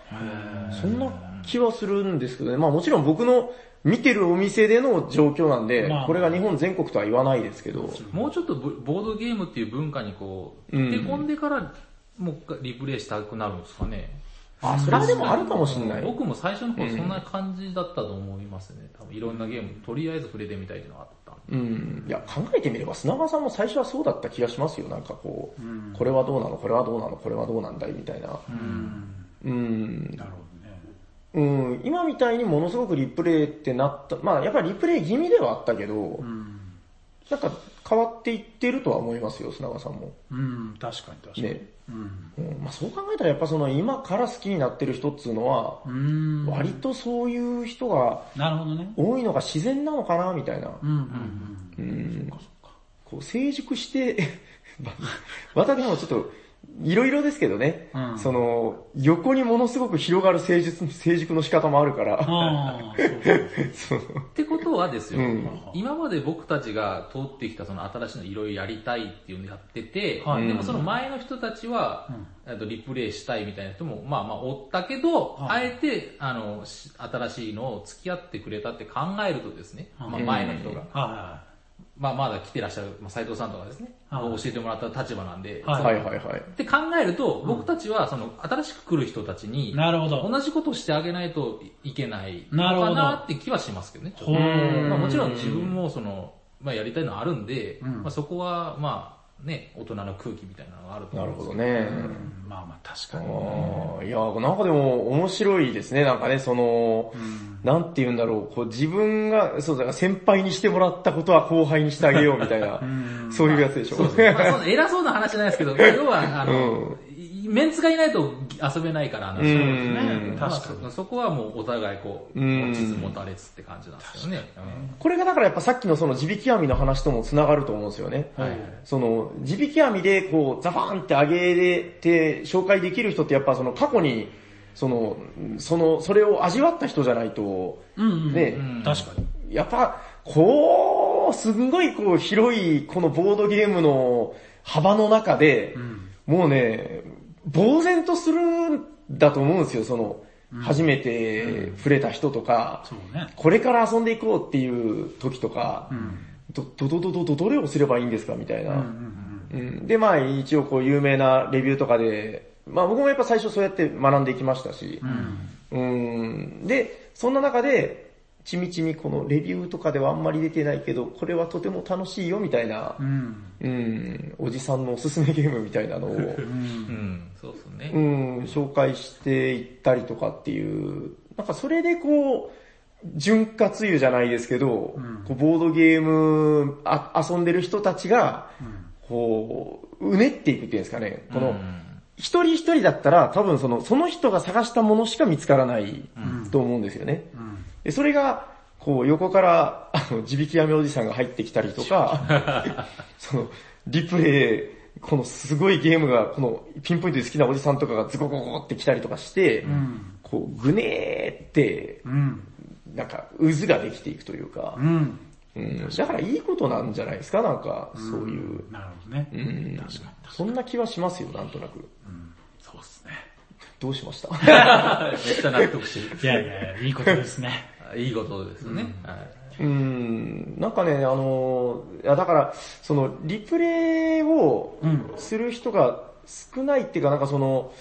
Speaker 2: そんな気はするんですけどね。まあもちろん僕の見てるお店での状況なんで
Speaker 1: まあ、
Speaker 2: これが日本全国とは言わないですけど、
Speaker 3: もうちょっとブボードゲームっていう文化にこう、
Speaker 2: うん
Speaker 3: 手込んでから、もう一回リプレイしたくなるんですかね。
Speaker 2: あ、それはでもあるかもしれない。
Speaker 3: 僕も最初の頃そんな感じだったと思いますね。多分いろんなゲーム、とりあえず触れてみたいっていうのがあったん
Speaker 2: う
Speaker 3: で。
Speaker 2: ん、いや、考えてみれば、砂川さんも最初はそうだった気がしますよ。なんかこう、これはどうなの、これはどうなの、これはどうなんだい、みたいな。うん、
Speaker 1: なるほどね。
Speaker 2: うん、今みたいにものすごくリプレイってなった、まあやっぱりリプレイ気味ではあったけど、
Speaker 1: うん。
Speaker 2: なんか変わっていってるとは思いますよ、砂川さんも。
Speaker 1: うん、確かに確かに。
Speaker 2: ね。
Speaker 1: うん。
Speaker 2: うん、まあそう考えたらやっぱその今から好きになってる人っつうのは
Speaker 1: う、ん。
Speaker 2: 割とそういう人が
Speaker 1: なるほどね。
Speaker 2: 多いのが自然なのかな、みたいな。
Speaker 1: うんうんうん。
Speaker 2: うんこう成熟して、 ままたでもちょっと、いろいろですけどね、
Speaker 1: うん
Speaker 2: その、横にものすごく広がる成熟成熟の仕方もあるから、
Speaker 1: ああ、そう
Speaker 2: その
Speaker 3: ってことはですよ、
Speaker 2: うん
Speaker 3: 今まで僕たちが通ってきたその新しいのいろいろやりたいっていうのやってて、
Speaker 1: はい
Speaker 3: でもその前の人たちは、えっとリプレイしたいみたいな人もまあまあおったけど、
Speaker 1: は
Speaker 3: あえてあのし新しいのを付き合ってくれたって考えるとですね、
Speaker 1: はい
Speaker 3: まあ、前の人が、
Speaker 1: は
Speaker 3: まあまだ来てらっしゃる、まあ、斉藤さんとかです
Speaker 1: は
Speaker 3: ね、
Speaker 1: い
Speaker 3: 教えてもらった立場なんで、
Speaker 1: はい
Speaker 2: はいはいはい。
Speaker 3: って考えると、僕たちはその新しく来る人たちに、
Speaker 1: なるほど
Speaker 3: 同じことをしてあげないといけないの
Speaker 1: なるほ
Speaker 3: か
Speaker 1: ど
Speaker 3: なって気はしますけどね。ちょっと
Speaker 1: ほう
Speaker 3: まあもちろん自分もその、まあやりたいのあるんで、まあそこはまあ、ね、大人の空気みたいなのがあると
Speaker 2: な
Speaker 3: 思う
Speaker 2: る
Speaker 3: ん
Speaker 2: ほ
Speaker 3: です
Speaker 2: ど
Speaker 3: けど。
Speaker 2: ね。
Speaker 1: うんまあまあ確か
Speaker 2: あ
Speaker 1: に。
Speaker 2: ーいや、なんかでも面白いですね、なんかね、その、なんて言うんだろう、こう自分が、そうだから先輩にしてもらったことは後輩にしてあげようみた いな、そういうやつでしょ。
Speaker 3: まあその偉そうな話じゃないですけど、要は、あの、いメンツがいないと遊べないから、
Speaker 2: う
Speaker 3: 話
Speaker 1: うんん
Speaker 3: まあ
Speaker 1: 確かに。
Speaker 3: そそこはもうお互いこう、
Speaker 2: うん
Speaker 3: 持ちつ持たれつって感じなんですよね。うん
Speaker 2: これがだからやっぱさっきのその地引き網の話とも繋がると思うんですよね。
Speaker 1: はい
Speaker 2: その、地引き網でこう、ザファンって上げれて紹介できる人ってやっぱその過去に、その、その、それを味わった人じゃないと、
Speaker 1: うんうん。
Speaker 2: ね、
Speaker 3: うん
Speaker 1: 確かに。
Speaker 2: やっぱ、こう、すんごいこう、広いこのボードゲームの幅の中で、もうね、呆然とするんだと思うんですよ、その、初めて触れた人とか、
Speaker 1: そうね。
Speaker 2: これから遊んでいこうっていう時とか、ど、ど、ど、ど、ど、ど、どれをすればいいんですかみたいな。
Speaker 1: うんうん
Speaker 2: うんで、まあ一応こう有名なレビューとかで、まあ僕もやっぱ最初そうやって学んでいきましたし、うんで、そんな中で、ちみちみこのレビューとかではあんまり出てないけど、これはとても楽しいよみたいな
Speaker 1: う、ん。
Speaker 2: うん、おじさんのおすすめゲームみたいなのを、
Speaker 3: うんそうです
Speaker 2: う
Speaker 3: ね。
Speaker 2: ん、紹介していったりとかっていう、なんかそれでこう、潤滑油じゃないですけど、こうボードゲームあ遊んでる人たちが、こう、うねっていくっていうんですかね。この、
Speaker 3: うん
Speaker 2: 一人一人だったら多分その、その人が探したものしか見つからないと思うんですよね。でそれが、こう横から、あの、地引き網おじさんが入ってきたりと か、その、リプレイ、このすごいゲームが、このピンポイントで好きなおじさんとかがズコゴゴって来たりとかして、
Speaker 1: ん
Speaker 2: こう、ぐねーって、
Speaker 1: うん。
Speaker 2: なんか渦ができていくというか、
Speaker 1: うん。
Speaker 2: うんだからいいことなんじゃないですか、なんか、そういう。
Speaker 1: なるほどね。
Speaker 2: うん、そんな気はしますよ、なんとなく。
Speaker 1: そうっすね。
Speaker 2: どうしました
Speaker 3: めっちゃ納得してる。
Speaker 1: いやいやいや、いいことですね。
Speaker 3: いいことですよね。はい
Speaker 2: うん、なんかね、あのー、いやだから、その、リプレイを
Speaker 1: うん
Speaker 2: する人が少ないっていうか、なんかその、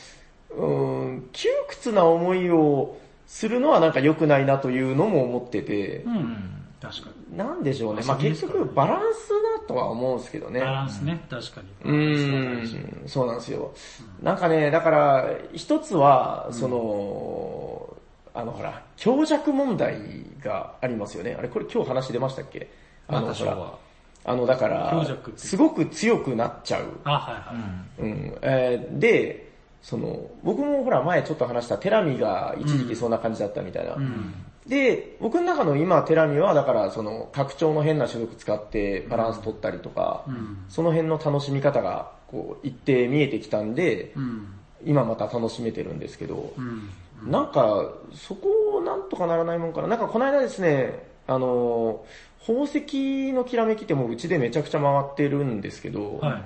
Speaker 2: うん、窮屈な思いをするのはなんか良くないなというのも思ってて
Speaker 1: う、ん。確かに。
Speaker 2: なんでしょうね。まあ
Speaker 1: そうで
Speaker 2: 結
Speaker 1: すか
Speaker 2: 局バランスだとは思うんですけどね。
Speaker 1: バランスね、確かに。
Speaker 2: うーん、そうなんですよ。なんかね、だから、一つは、その、あのほら、強弱問題がありますよね。あれ、これ今日話出ましたっけあ
Speaker 3: まあ
Speaker 2: の、
Speaker 3: 多
Speaker 2: ほ
Speaker 3: 少
Speaker 2: ら、
Speaker 3: は。
Speaker 2: あの、だか
Speaker 1: 強
Speaker 2: ら
Speaker 1: 弱っ、て
Speaker 2: すごく強くなっちゃう。
Speaker 1: あ、はいはい。
Speaker 2: うんえーで、その、僕もほら前ちょっと話したテラミが一時期そんな感じだったみたいな。で、僕の中の今テラミはだからその拡張の変な種族使ってバランス取ったりとか、その辺の楽しみ方がこう一定見えてきたんで、
Speaker 1: うん。
Speaker 2: 今また楽しめてるんですけど、
Speaker 1: うん。
Speaker 2: なんかそこをなんとかならないもんかな。なんかこの間ですね、あのー、宝石のきらめきってもううちでめちゃくちゃ回ってるんですけど、
Speaker 1: はい。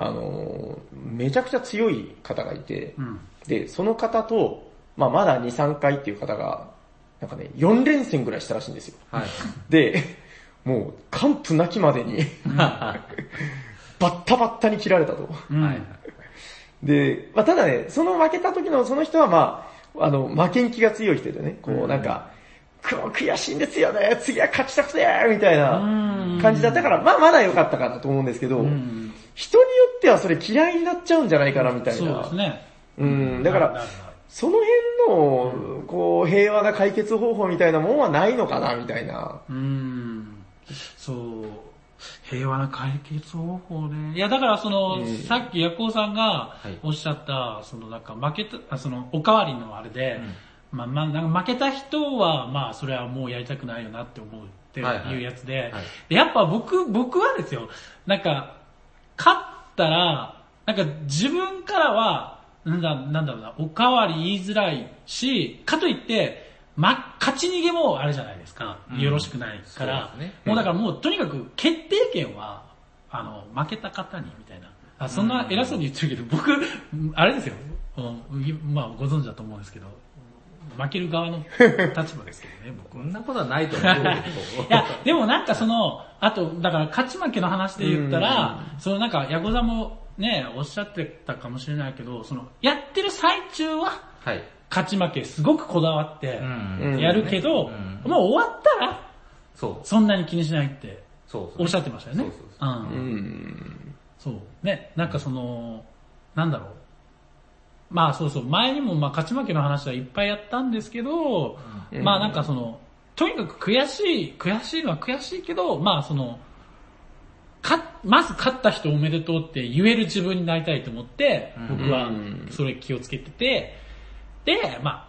Speaker 2: あのー、めちゃくちゃ強い方がいて、
Speaker 1: うん。
Speaker 2: で、その方と、まあまだ2、3回っていう方が、なんかね、4連戦ぐらいしたらしいんですよ。
Speaker 3: はい。
Speaker 2: で、もう、完膚なきまで に、
Speaker 3: は
Speaker 2: バッタバッタに切られたと。
Speaker 1: うん。
Speaker 3: い。
Speaker 2: で、まあただね、その負けた時のその人はまあ、あの、負けん気が強い人でね、こうなんか、く悔しいんですよね、次は勝ちたくてみたいな感じだったから、まあまだ良かったかなと思うんですけど、
Speaker 1: うん。
Speaker 2: 人によってはそれ嫌いになっちゃうんじゃないかなみたいな。
Speaker 1: そうですね。
Speaker 2: うん、だか
Speaker 1: な
Speaker 2: ら
Speaker 1: る、ほど
Speaker 2: その辺の、こう、平和な解決方法みたいなもんはないのかな、みたいな。
Speaker 1: うーんそう、平和な解決方法ね。いや、だからその、さっきヤコウさんが
Speaker 3: い
Speaker 1: おっしゃった、そのなんか負けた、あその、おかわりのあれで、まあまあ、なんか負けた人は、まあ、それはもうやりたくないよなって思うって
Speaker 3: はいはい
Speaker 1: いうやつで、
Speaker 3: はい
Speaker 1: でやっぱ僕、僕はですよ、なんか、勝ったら、なんか自分からは、なんだなんだろうな、おかわり言いづらいし、かといって、ま、勝ち逃げもあれじゃないですか。
Speaker 3: うん
Speaker 1: よろしくないから、
Speaker 3: そうですね
Speaker 1: もうだからもうとにかく決定権は、あの、負けた方にみたいな。あそんな偉そうに言ってるけど、僕、あれですよ。うんまあご存知だと思うんですけど、負ける側の立場ですけどね、僕
Speaker 3: こんなことはないと思うけど。
Speaker 1: いや、でもなんかその、あと、だから勝ち負けの話で言ったら、そのなんか、ヤコザもね、おっしゃってたかもしれないけど、その、やってる最中は、
Speaker 3: はい。
Speaker 1: 勝ち負けすごくこだわって、
Speaker 3: うん
Speaker 1: やるけど、
Speaker 3: うん
Speaker 1: もう終わったら、
Speaker 3: そう。
Speaker 1: そんなに気にしないって、
Speaker 3: そう。
Speaker 1: おっしゃってましたよね。
Speaker 3: そうそ
Speaker 1: う。
Speaker 3: う
Speaker 2: うんん。
Speaker 1: そう。ね、なんかその、なんだろう。まあそうそう、前にもまあ勝ち負けの話はいっぱいやったんですけど、
Speaker 2: うん
Speaker 1: まあなんかその、とにかく悔しい、悔しいのは悔しいけど、まあその、か、まず勝った人おめでとうって言える自分になりたいと思って、僕は
Speaker 2: うん
Speaker 1: それ気をつけてて、で、まあ、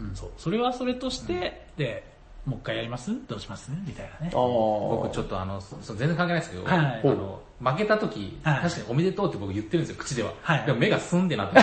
Speaker 1: うん、そう、それはそれとして、で、もう一回やりますどうしますみたいなね。
Speaker 2: 僕
Speaker 3: 僕ちょっとあの、そそう全然関係ないですけど、
Speaker 1: はいはい
Speaker 3: あの負けた時、
Speaker 1: はい
Speaker 3: 確かにおめでとうって僕言ってるんですよ、口では。
Speaker 1: はい
Speaker 3: でも目がすんでな ってま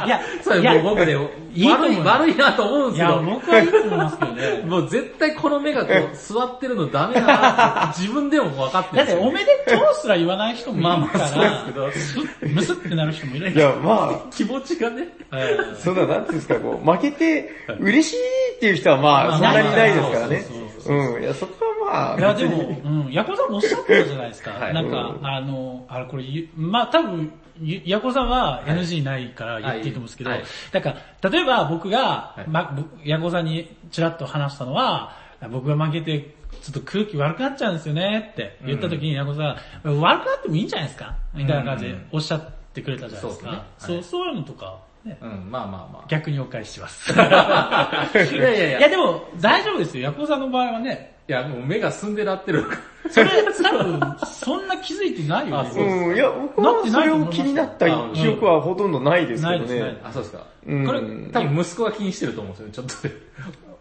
Speaker 3: す。
Speaker 1: いや、
Speaker 3: それ
Speaker 1: いや
Speaker 3: もう僕で
Speaker 1: いいと思
Speaker 3: 悪
Speaker 1: い
Speaker 3: い、
Speaker 1: ます
Speaker 3: 悪いなと思うんで
Speaker 1: い
Speaker 3: す
Speaker 1: や、
Speaker 3: けど、
Speaker 1: 僕はいいと思いますけどね。
Speaker 3: もう絶対この目がこう座ってるのダメだな って自分でも分かって
Speaker 1: だって、
Speaker 3: るんですよ
Speaker 1: おめでとうすら言わない人もいるから、
Speaker 3: まあまあそうです
Speaker 1: むすってなる人もいる
Speaker 2: いや、ま
Speaker 3: 気持ちがね。
Speaker 1: あ、はい
Speaker 2: あ、そんな、なんていうんですか、こう、負けて嬉しいっていう人はまあ、そん
Speaker 1: まあ
Speaker 2: なにいないですからね
Speaker 1: そうそうそう。
Speaker 2: うん、いや、そこはまあ、
Speaker 1: いや、で
Speaker 2: 別
Speaker 1: も
Speaker 2: に、
Speaker 1: うん、ヤコさんもおっしゃってたじゃないですか。
Speaker 3: はい
Speaker 1: なんか、
Speaker 2: うん
Speaker 1: あの、あれこれ言う、まあ多分、ゆヤコさんは NG ないから言っていいと思うんですけど、
Speaker 3: はいはい
Speaker 1: だから、例えば僕が、
Speaker 3: はい
Speaker 1: ま、僕ヤコさんにちらっと話したのは、僕が負けて、ちょっと空気悪くなっちゃうんですよねって言った時に、ヤコさん、悪くなってもいいんじゃないですかみたいな感じでおっしゃってくれたじゃないですか。
Speaker 3: そうですね
Speaker 1: そ
Speaker 3: は
Speaker 1: う、
Speaker 3: い
Speaker 1: そういうのとか、ね、
Speaker 3: うん、まあまあま
Speaker 1: 逆にお返しし ます。
Speaker 3: あ。いやいやいや、
Speaker 1: い
Speaker 3: い
Speaker 1: やでも、大丈夫ですよ。ヤコさんの場合はね、
Speaker 3: やもう目がすんでなってる。
Speaker 1: それ多分、そんな気づいてないよ
Speaker 3: あ
Speaker 1: ね。
Speaker 3: そう
Speaker 2: うん、いや、僕はそれを気になった記憶はほとんどないですけ
Speaker 1: な
Speaker 2: ど
Speaker 1: いです
Speaker 2: ね。
Speaker 1: ね
Speaker 3: あ、そうですか。
Speaker 2: うん
Speaker 3: これ、多分息子が気にしてると思うんですよね、ちょっとで。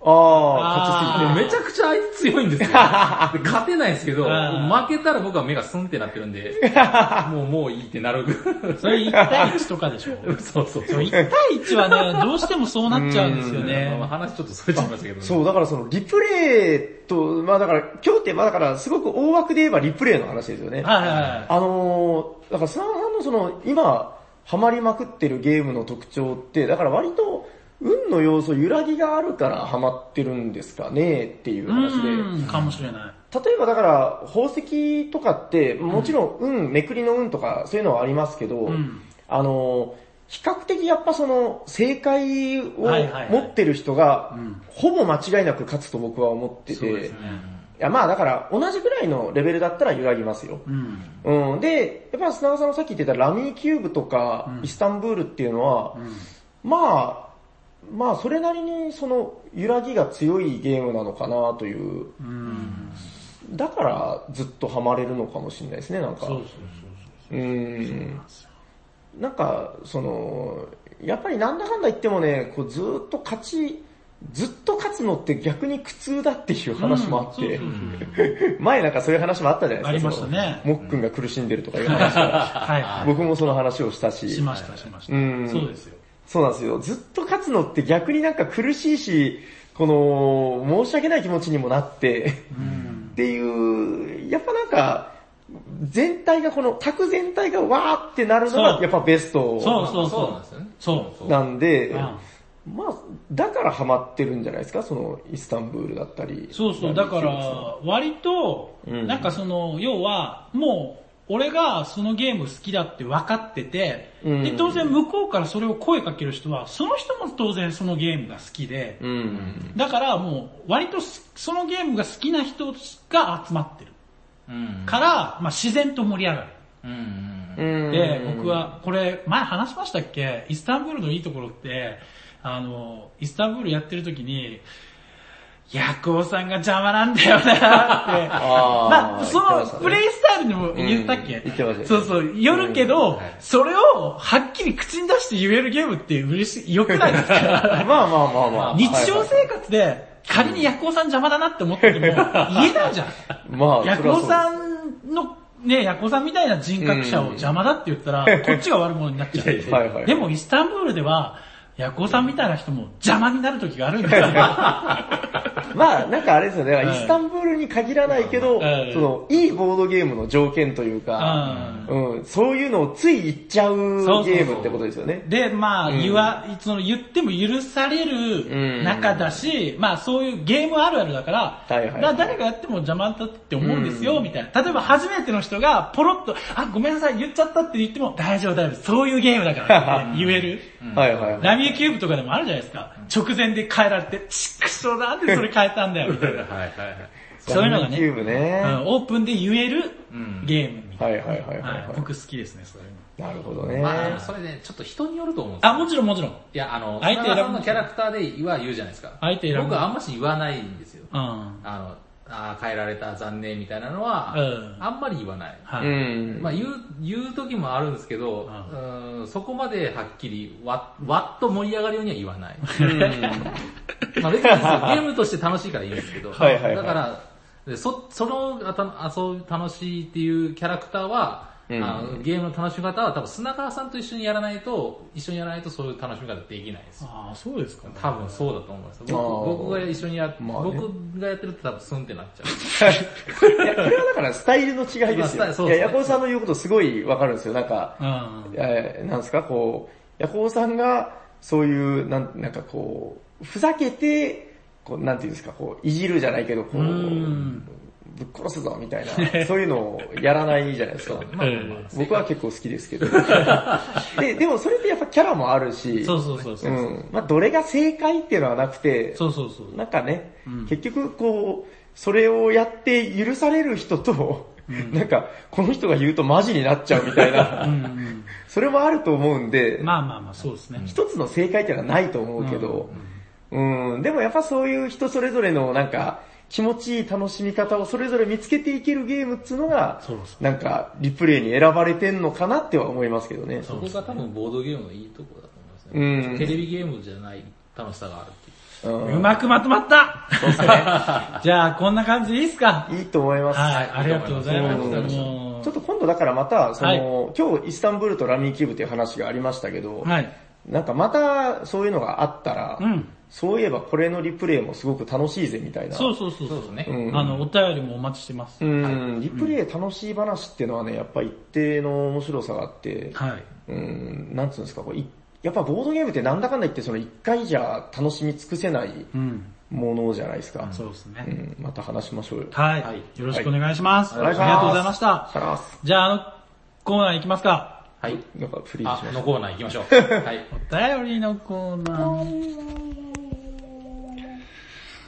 Speaker 2: ああ、
Speaker 1: あー
Speaker 2: 勝ちすぎて。
Speaker 3: めちゃくちゃあいつ強い んですよ。で勝てないんですけど、
Speaker 1: あ
Speaker 3: 負けたら僕は目がスンってなってる んで、もうもういいってなる。
Speaker 1: それ1対1とかでしょ
Speaker 3: そうそう
Speaker 1: そ
Speaker 3: そうう。
Speaker 1: 1対1はね、どうしてもそうなっちゃうんですよ
Speaker 3: まあまあ
Speaker 1: ね。
Speaker 3: 話ちょっとそれちゃいましたけどね。
Speaker 2: そう、だからそのリプレイと、まあだから、今日って、まあだから、すごく大枠で言えばリプレイの話ですよね。
Speaker 1: はいはいはい。
Speaker 2: あのー、だから砂浜のその、今、ハマりまくってるゲームの特徴って、だから割と、運の要素、揺らぎがあるからハマってるんですかねっていう話で。
Speaker 1: うん、かもしれない。
Speaker 2: 例えばだから、宝石とかって、もちろん運、めくりの運とか、そういうのはありますけど、
Speaker 1: ん
Speaker 2: あの、比較的やっぱその、正解を
Speaker 1: はいはいはい
Speaker 2: 持ってる人が
Speaker 1: うん、
Speaker 2: ほぼ間違いなく勝つと僕は思ってて、いやまあだから、同じぐらいのレベルだったら揺らぎますよ。
Speaker 1: うん。
Speaker 2: うん、で、やっぱ砂川さんのさっき言ってたラミーキューブとか、
Speaker 1: うん
Speaker 2: イスタンブールっていうのは、
Speaker 1: うん
Speaker 2: まあ、まあそれなりにその揺らぎが強いゲームなのかなという、
Speaker 1: うん。
Speaker 2: だからずっとハマれるのかもしれないですね、なん
Speaker 1: そ
Speaker 2: か。
Speaker 1: うそうそう
Speaker 2: うー
Speaker 1: そう。
Speaker 2: ん。なんか、その、やっぱりなんだかんだ言ってもね、こうずーっと勝ち、ずっと勝つのって逆に苦痛だっていう話もあっ
Speaker 1: うん
Speaker 2: て
Speaker 1: そう、
Speaker 2: 前なんかそういう話もあったじゃないですか。
Speaker 1: ありましたね
Speaker 2: そのもっくんが苦しんでるとかいう 話が
Speaker 1: はいは
Speaker 2: 僕もその話をしたし。
Speaker 1: い。しましたしました。
Speaker 2: うん
Speaker 1: そうですよ。
Speaker 2: そうなんですよ。ずっと勝つのって逆になんか苦しいし、この、申し訳ない気持ちにもなって、
Speaker 1: うん。
Speaker 2: っていう、やっぱなんか、全体がこの、卓全体がわーってなるの
Speaker 1: そ
Speaker 2: が
Speaker 1: う
Speaker 2: やっぱベス
Speaker 1: そ
Speaker 2: ト
Speaker 1: うそう
Speaker 3: そうなんですよね。
Speaker 1: そう
Speaker 3: そ
Speaker 2: なんで、
Speaker 1: うん
Speaker 2: まあ、だからハマってるんじゃないですか、そのイスタンブールだったり。
Speaker 1: そうそう、だから、割と、
Speaker 2: うん
Speaker 1: なんかその、要は、もう、俺がそのゲーム好きだって分かってて、
Speaker 2: うん
Speaker 1: で、当然向こうからそれを声かける人は、その人も当然そのゲームが好きで、
Speaker 2: うん。
Speaker 1: だからもう、割とすそのゲームが好きな人が集まってる。
Speaker 3: うん。
Speaker 1: から、まあ自然と盛り上がる。
Speaker 3: うんうん
Speaker 2: う
Speaker 3: うん。
Speaker 2: ん。
Speaker 1: で、僕は、これ、前話しましたっけイスタンブールのいいところって、あの、イスタンブールやってる時に、ヤコウさんが邪魔なんだよなって。
Speaker 2: あー
Speaker 1: まあ、そ
Speaker 2: 言っ
Speaker 1: の
Speaker 2: てました、ね
Speaker 1: プレイスタイルにも言ったっけ、
Speaker 2: うん言ってましたね
Speaker 1: そうそう、よるけ
Speaker 3: うん
Speaker 1: ど
Speaker 3: はい、
Speaker 1: それをはっきり口に出して言えるゲームって嬉しい、良くないですか
Speaker 2: まあまあまあまあ。
Speaker 1: 日常生活で仮にヤクオさん邪魔だなって思 ってても言えないじゃん。
Speaker 2: まあ、
Speaker 1: ヤクオ
Speaker 2: ん
Speaker 1: さんの、ね、ヤクオさんみたいな人格者を邪魔だって言ったら、こっちが悪者になっちゃう。
Speaker 3: い
Speaker 2: はいはい。
Speaker 1: でもイスタンブールでは、ヤクオさんみたいな人も邪魔になる時があるんですよ。
Speaker 2: まあ、なんかあれですよね、だから
Speaker 1: うん
Speaker 2: イスタンブールに限らないけど、
Speaker 1: ん
Speaker 2: その、いいボードゲームの条件というか、うん、そういうのをつい言っちゃう
Speaker 1: そうそう
Speaker 2: ゲームってことですよね。
Speaker 1: で、まあ、
Speaker 2: うん
Speaker 1: 言わ、その言っても許される中だし、まあそういうゲームあるあるだから、
Speaker 2: はいはい
Speaker 1: だ誰がやっても邪魔だって思うんですよ、みたいな。例えば初めての人がポロッと、あ、ごめんなさい、言っちゃったって言っても、大丈夫大丈夫、そういうゲームだからって言える。
Speaker 2: はいはいはい。
Speaker 1: ラミーキューブとかでもあるじゃないですか。直前で変えられて、ちっくしょうなんでそれ変えたんだよ、みたいな。
Speaker 3: はいはいはい。
Speaker 1: そういうのが
Speaker 2: キュー
Speaker 1: ね、
Speaker 2: ブ
Speaker 1: う
Speaker 2: ね。
Speaker 1: んオープンで言えるゲームみたいな。
Speaker 2: はいはいはいはい
Speaker 1: はい。
Speaker 2: は
Speaker 1: 僕好きですね、それも。
Speaker 2: い。なるほどね。
Speaker 3: まあ、でもそれね、ちょっと人によると思うんですよ
Speaker 1: あ、もちろんもちろん。
Speaker 3: いや、あの、
Speaker 1: 相手選
Speaker 3: 相手
Speaker 1: ぶ
Speaker 3: さんのキャラクターで言わ言うじゃないですか。
Speaker 1: 相手選ぶ
Speaker 3: 僕はあんまし言わないんですよ。
Speaker 1: うん。
Speaker 3: あの、あー変えられた、残念みたいなのは、
Speaker 1: うん
Speaker 3: あんまり言わない。
Speaker 1: は
Speaker 2: う
Speaker 1: い。
Speaker 2: ん。
Speaker 3: まあ言う、言う時もあるんですけど、う
Speaker 1: う
Speaker 3: ーんそこまではっきり、わ、 わっと盛り上がるようには言わ ない。まあ別にですよゲームとして楽しいからいいんですけど、
Speaker 2: はいはいはい
Speaker 3: だから、そ、その、あたあそう楽しいっていうキャラクターは、
Speaker 2: うん
Speaker 3: あのゲームの楽しみ方は多分砂川さんと一緒にやらないと、一緒にやらないとそういう楽しみ方できないですよ。
Speaker 1: ああ、そうですかね。
Speaker 3: 多分そうだと思います。
Speaker 2: あ
Speaker 3: 僕
Speaker 2: ー
Speaker 3: 僕が一緒にや、
Speaker 2: まあね
Speaker 3: 僕がやってると多分スンってなっちゃう。
Speaker 2: いや、これはだからスタイルの違いです
Speaker 3: まあスタ
Speaker 2: よ。
Speaker 3: イルそう
Speaker 2: い
Speaker 3: で
Speaker 2: や、
Speaker 3: すね
Speaker 2: ヤコウさんの言うことすごいわかるんですよ。なんか、
Speaker 1: うん。
Speaker 2: えーなんですか、こう、ヤコウさんが、そういう、なんなんかこう、ふざけて、こう、なんていうんですか、こう、いじるじゃないけど、こう、
Speaker 1: うん
Speaker 2: ぶっ殺すぞ、みたいな、そういうのをやらないじゃないですか。
Speaker 3: まあまあまあ
Speaker 2: 僕は結構好きですけど。で、でもそれってやっぱキャラもあるし、
Speaker 1: そうそうそうそう。
Speaker 2: うん。まあ、どれが正解っていうのはなくて、
Speaker 1: そうそうそう。
Speaker 2: なんかね、
Speaker 1: うん
Speaker 2: 結局こう、それをやって許される人と、なんか、この人が言うとマジになっちゃうみたいな、
Speaker 1: うんうん。
Speaker 2: それもあると思うんで、
Speaker 1: まあまあまあ、そうですね。
Speaker 2: 一つの正解っていうのはないと思うけど、うん、でもやっぱそういう人それぞれのなんか、気持ちいい楽しみ方をそれぞれ見つけていけるゲームっつうのが、
Speaker 1: そうそ
Speaker 2: なんか、リプレイに選ばれてんのかなっては思いますけどね。
Speaker 3: そこが多分ボードゲームのいいところだと思います
Speaker 2: うん
Speaker 3: ね。テレビゲームじゃない楽しさがあるっていう。
Speaker 2: うん
Speaker 1: う。うまくまとまった じゃあ、こんな感じでいいですか
Speaker 2: いいと思います。
Speaker 1: はい、ありがとうございます。
Speaker 2: うん
Speaker 1: も
Speaker 2: ちょっと今度だからまた、その、今日イスタンブールとラミーキューブっていう話がありましたけど、
Speaker 1: う、はい。
Speaker 2: なんかまたそういうのがあったら、
Speaker 1: うん。
Speaker 2: そういえばこれのリプレイもすごく楽しいぜみたいな。
Speaker 1: そうそうそう。そう
Speaker 3: そうです
Speaker 2: う
Speaker 3: ね。
Speaker 2: ん
Speaker 1: あの、お便りもお待ちしてます。
Speaker 2: うん、リプレイ楽しい話っていうのはね、やっぱ一定の面白さがあって、
Speaker 1: はい。
Speaker 2: うん、なんつうんですか、こういやっぱボードゲームってなんだかんだ言ってその一回じゃ楽しみ尽くせない
Speaker 1: うん。
Speaker 2: ものじゃないですか。
Speaker 1: そうですね。
Speaker 2: うん、また話しましょうよ。
Speaker 1: はい、
Speaker 3: はい
Speaker 1: よろしくお願いします。
Speaker 2: はいお願いし
Speaker 1: あ
Speaker 2: ます
Speaker 1: りがとうございまし
Speaker 2: さ
Speaker 1: た。
Speaker 2: よなら
Speaker 1: じゃあ、あの、コーナー行きますか。
Speaker 3: はい。
Speaker 2: なんかフリーにし
Speaker 3: あ
Speaker 2: ま、し
Speaker 3: のコーナー行きまし ょう。はい。
Speaker 1: お便りのコーナー。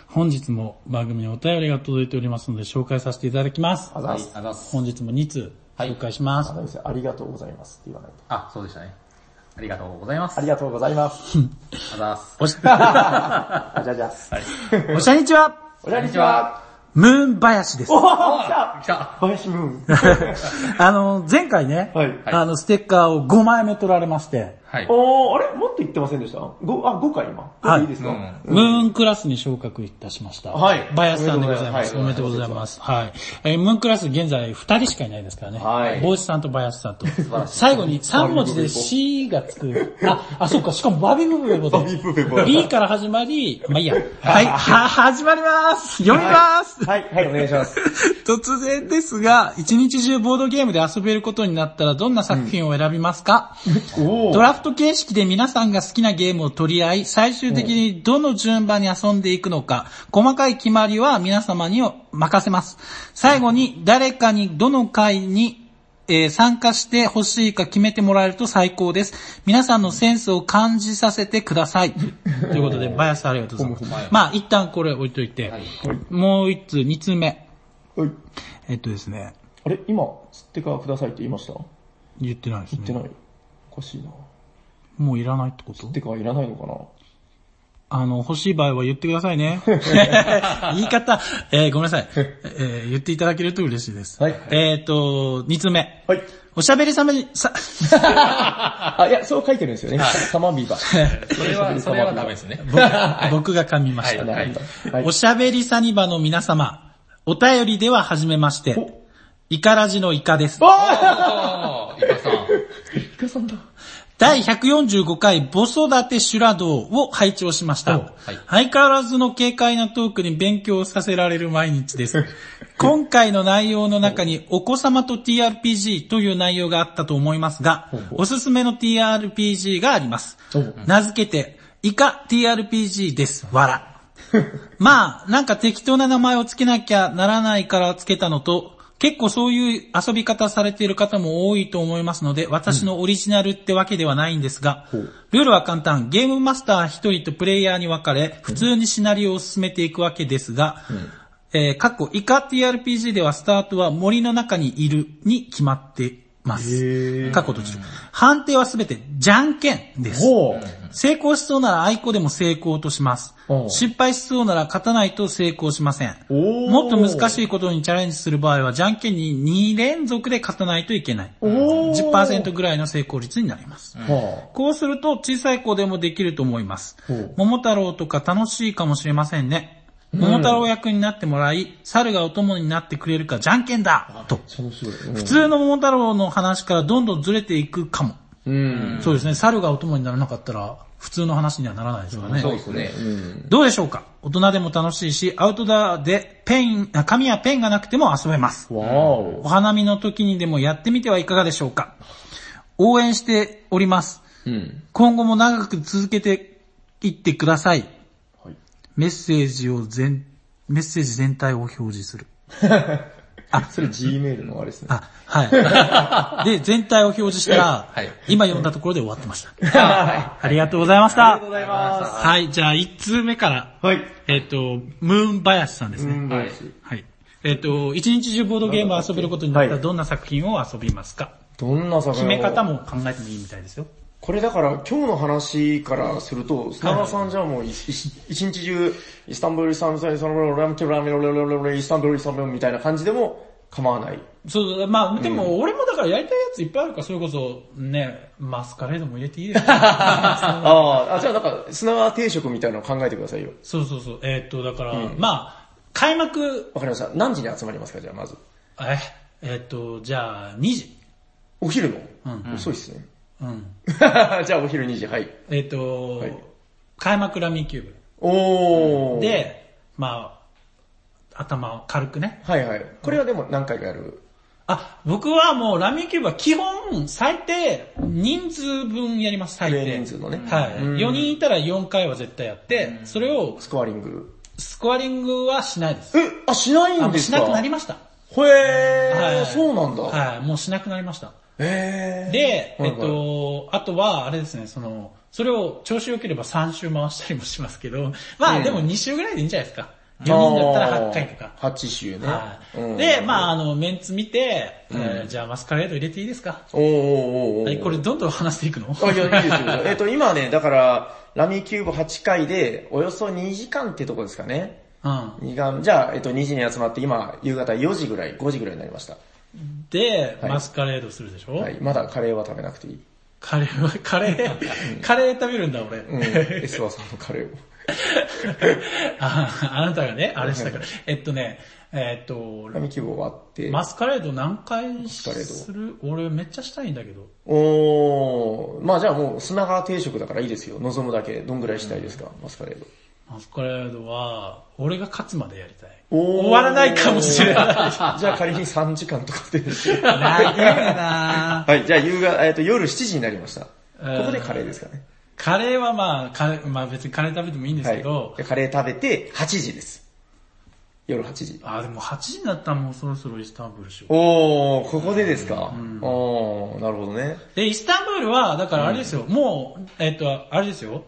Speaker 1: 本日も番組にお便りが届いておりますので紹介させていただきます
Speaker 2: た。。あざ
Speaker 3: は
Speaker 2: っ
Speaker 3: い
Speaker 2: す。
Speaker 3: あざっす
Speaker 1: 本日も2通紹介します。
Speaker 2: あざっすありがとうございますって言わないと。
Speaker 3: あ、そうでしたね。ありがとうございます。
Speaker 2: ありがとうござ います。
Speaker 3: あざっす。
Speaker 1: おし、
Speaker 2: あじゃあじゃ あ。
Speaker 1: おしゃにちは、
Speaker 2: おじゃにちは。
Speaker 1: ムーンバヤシです。
Speaker 2: おー来た
Speaker 3: 来た。
Speaker 2: 林ムー ン。
Speaker 1: あの、前回ね、
Speaker 2: はい
Speaker 1: あの、ステッカーを5枚目取られまして、
Speaker 3: はい。
Speaker 2: おー、あれもっと言ってませんでした ?5、あ、5回今。
Speaker 1: はい
Speaker 2: 5いいですか、
Speaker 3: うん
Speaker 1: ムーンクラスに昇格いたしました。
Speaker 2: はい
Speaker 1: バヤスさんでございます。お
Speaker 2: お
Speaker 1: め
Speaker 2: め
Speaker 1: で
Speaker 2: で
Speaker 1: とう
Speaker 2: とう
Speaker 1: ござ
Speaker 2: ご
Speaker 1: い
Speaker 2: ざい
Speaker 1: ま。
Speaker 2: ます
Speaker 1: はい。えームーンクラス現在2人しかいないですからね。
Speaker 2: はい
Speaker 1: 帽子さんとバヤスさんと
Speaker 3: 晴ら。しい
Speaker 1: 最後に3文字で C がつく。あ、あ、そうか、しかもバビブブベボで。
Speaker 2: バビブベボだ
Speaker 1: B から始まり、まあいいや。はい、は、始まります読みます
Speaker 2: はい、はい、お願いします。
Speaker 1: 突然ですが、一日中ボードゲームで遊べることになったらどんな作品を選びますか、
Speaker 2: お
Speaker 1: ドラフト形式で皆さんが好きなゲームを取り合い、最終的にどの順番に遊んでいくのか、細かい決まりは皆様に任せます。最後に誰かにどの回に、えー参加してほしいか決めてもらえると最高です。皆さんのセンスを感じさせてください。ということで、バヤスありがとうございます
Speaker 3: ほんまや。
Speaker 1: まあ、一旦これ置いといて、
Speaker 3: はい
Speaker 1: もう一通、二通目。
Speaker 2: はい。
Speaker 1: えっとですね、
Speaker 2: あれ今、ステッカーくださいって言いました
Speaker 1: 言ってないですね。
Speaker 2: 言ってない。おかしいな。
Speaker 1: もういらないってこと
Speaker 2: ステッカーいらないのかな
Speaker 1: あの、欲しい場合は 言ってくださいね。言い方、えーごめんなさい、えー言っていただけると嬉しいです。
Speaker 2: はい
Speaker 1: えっ、と、2つ目。
Speaker 2: はい。
Speaker 1: おしゃべりさまに、 さ、
Speaker 2: あ、いや、そう書いてるんですよね。サマビバ。
Speaker 3: それは、それはダメです ね。
Speaker 1: 僕が噛みまし
Speaker 3: は
Speaker 1: た。
Speaker 3: い
Speaker 2: なるほどはい
Speaker 1: おしゃべりサニバの皆様、お便りでは初めまして
Speaker 2: お、
Speaker 1: イカラジのイカです。
Speaker 3: あーイカさん。
Speaker 2: イカさんだ。
Speaker 1: 第145回母育て修羅道を拝聴しました、相変わらずの軽快なトークに勉強させられる毎日です。今回の内容の中にお子様と TRPG という内容があったと思いますが、おすすめの TRPG があります。名付けて、イカ TRPG です。わら。まあ、なんか適当な名前をつけなきゃならないからつけたのと、結構そういう遊び方されている方も多いと思いますので、私のオリジナルってわけではないんですが、ルールは簡単。ゲームマスター1人とプレイヤーに分かれ、普通にシナリオを進めていくわけですが、えー、かっこ、イカ TRPG ではスタートは森の中にいるに決まってま
Speaker 2: へ
Speaker 1: す。
Speaker 2: ー
Speaker 1: かっこ閉じる。判定はすべてじゃんけんです。
Speaker 2: ほう。
Speaker 1: 成功しそうならアイコでも成功とします
Speaker 2: お。う
Speaker 1: 失敗しそうなら勝たないと成功しません。
Speaker 2: おー
Speaker 1: もっと難しいことにチャレンジする場合は、じゃんけんに2連続で勝たないといけない。
Speaker 2: おー
Speaker 1: 10%ぐらいの成功率になります。
Speaker 2: は
Speaker 1: こうすると小さい子でもできると思います
Speaker 2: ほう。
Speaker 1: 桃太郎とか楽しいかもしれませんね。桃太郎役になってもらい、猿がお供になってくれるかじゃんけんだと。
Speaker 2: あ。楽しい。
Speaker 1: 普通の桃太郎の話からどんどんずれていくかも。
Speaker 2: うん。
Speaker 1: そうですね、猿がお供にならなかったら、普通の話にはならないですからね。
Speaker 3: そうですね。
Speaker 2: うん。
Speaker 1: どうでしょうか大人でも楽しいし、アウトドアでペン、あ紙やペンがなくても遊べます。
Speaker 2: わーお
Speaker 1: お。花見の時にでもやってみてはいかがでしょうか応援しております。
Speaker 2: うん。
Speaker 1: 今後も長く続けていってください。
Speaker 2: はい。
Speaker 1: メッセージを全、メッセージ全体を表示する。あ
Speaker 2: それ Gmail のあれですね。
Speaker 1: あ、 はい。で、全体を表示したら、
Speaker 3: はい
Speaker 1: 今読んだところで終わってました。ありがとうございました。
Speaker 2: ございま
Speaker 1: はい、じゃあ1通目から、
Speaker 2: はい。
Speaker 1: えっ、と、ムーンバヤシさんです
Speaker 2: う
Speaker 1: ね。
Speaker 2: ん、
Speaker 3: はい
Speaker 1: はい。えっ、と、一日中ボードゲームを遊べることになったらどんな作品を遊びますか、
Speaker 2: どんな魚
Speaker 1: 決め方。も考えてもいいみたいですよ。
Speaker 2: これだから今日の話からすると、スタバさんじゃあもういい一日中、イスタンブール、イスタンブール、イスタンブール、ラムキュラムラムラムラムイスタンブール、イスタンブールみたいな感じでも構わない。
Speaker 1: そう、まあでも俺もだからやりたいやついっぱいあるから、それこそ、ね、マスカレードも入れていい ですよ。
Speaker 2: あーあ、じゃあなんか砂川定食みたいなの考えてくださいよ。
Speaker 1: そうそうそう。えっ、と、だから、まあ、開幕、
Speaker 2: わかりました。何時に集まりますかじゃあまず。
Speaker 1: え、えっ、と、じゃあ、2時。
Speaker 2: お昼の、
Speaker 1: うん
Speaker 2: 遅いっすね。
Speaker 1: うん。
Speaker 2: じゃあお昼2時、はい。
Speaker 1: えっ、と、
Speaker 2: はい
Speaker 1: 開幕ラミーキュー
Speaker 2: おー。
Speaker 1: ブ。、で、まあ、頭を軽くね。
Speaker 2: はいはい。これはでも何回かやる。
Speaker 1: あ、僕はもうラミーキューブは基本、最低、人数分やります、最低。
Speaker 2: 低人数のね
Speaker 1: はい。
Speaker 2: うん
Speaker 1: 4人いたら4回は絶対やって、それを
Speaker 2: スコアリング。
Speaker 1: スコアリングはしないです。
Speaker 2: え、あ、しない
Speaker 1: あ
Speaker 2: ん
Speaker 1: もう
Speaker 2: です
Speaker 1: し
Speaker 2: か
Speaker 1: なくなりました。
Speaker 2: ほえー、
Speaker 1: はい
Speaker 2: そうなんだ。
Speaker 1: はい、もうしなくなりました。
Speaker 2: えー、
Speaker 1: で、
Speaker 2: はい
Speaker 1: えっと、あとは、あれですね、その、それを調子良ければ3周回したりもしますけど、まあ、
Speaker 2: うん
Speaker 1: でも2周ぐらいでいいんじゃないですか。4
Speaker 2: あー
Speaker 1: 人だったら8回とか。
Speaker 2: 8週ね。
Speaker 1: はい
Speaker 2: うん
Speaker 1: で、まあ、あの、メンツ見て、えーじゃあマスカレード入れていいですか
Speaker 2: おーおーおーおー
Speaker 1: はいこれどんどん話していくの
Speaker 2: あ、いや、いいです よ。えっと、今ね、だから、ラミーキューブ8回で、およそ2時間ってとこですかね。
Speaker 1: うん。
Speaker 2: 二時間、じゃあ、えっと、2時に集まって、今、夕方4時ぐらい、5時ぐらいになりました。
Speaker 1: で、
Speaker 2: はい
Speaker 1: マスカレードするでしょ、
Speaker 2: はい。まだカレーは食べなくていい。
Speaker 1: カレーは、カレー、カレー食べるんだ俺。
Speaker 2: うん。エスワさんのカレーを。
Speaker 1: ああなたがね、あれしたから。えっとね、えっと、
Speaker 2: ラミーキューブ終わって。
Speaker 1: マスカレード何回
Speaker 2: スカレード
Speaker 1: する俺めっちゃしたいんだけど。
Speaker 2: おー。まあじゃあもう、砂川定食だからいいですよ。望むだけ。どんぐらいしたいですか、マスカレード。
Speaker 1: マスカレードは、俺が勝つまでやりたい。
Speaker 2: おー
Speaker 1: 終わらないかもしれない。
Speaker 2: じゃあ仮に3時間とかで。
Speaker 1: 長いな
Speaker 2: はい、じゃあ夕方、えっと、夜7時になりました。こ
Speaker 1: うん
Speaker 2: こでカレーですかね。
Speaker 1: カレーはまあ、カレーまあ別にカレー食べてもいいんです
Speaker 2: は
Speaker 1: け
Speaker 2: い
Speaker 1: ど、。
Speaker 2: でカレー食べて8時です。夜8時。
Speaker 1: あでも8時になったらもうそろそろイスタンブールしよう。
Speaker 2: おー、ここでですか。おー、なるほどね。
Speaker 1: で、イスタンブールは、だからあれですよ、もう、えっと、あれですよ、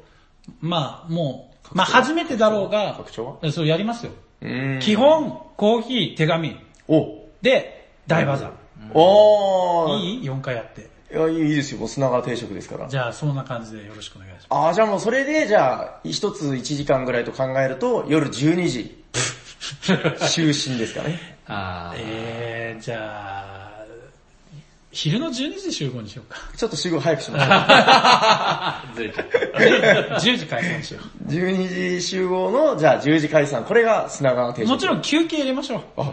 Speaker 1: まあもう、まあ初めてだろうが、
Speaker 2: 拡張は
Speaker 1: そうやりますよ。
Speaker 2: うーん。
Speaker 1: 基。本、コーヒー、手紙、
Speaker 2: お
Speaker 1: で、大バザ
Speaker 2: おー。い
Speaker 1: いい ?4 回やって。
Speaker 2: やいいですよ、もう砂川定食ですから。
Speaker 1: じゃあ、そんな感じでよろしくお願いします。
Speaker 2: ああ、じゃあもうそれで、じゃあ、一つ1時間ぐらいと考えると、夜12時。 就寝ですかね。
Speaker 3: あー
Speaker 1: えー、じゃあ、昼の12時集合にしよ うか。
Speaker 2: ちょっと集合早くしましょう。
Speaker 3: ずれちゃった。
Speaker 1: 10時解散しよ
Speaker 2: 12時集合の、じゃあ10時解散。これが砂川定
Speaker 1: う。
Speaker 2: 食。
Speaker 1: もちろん休憩入れましょう。
Speaker 2: あ、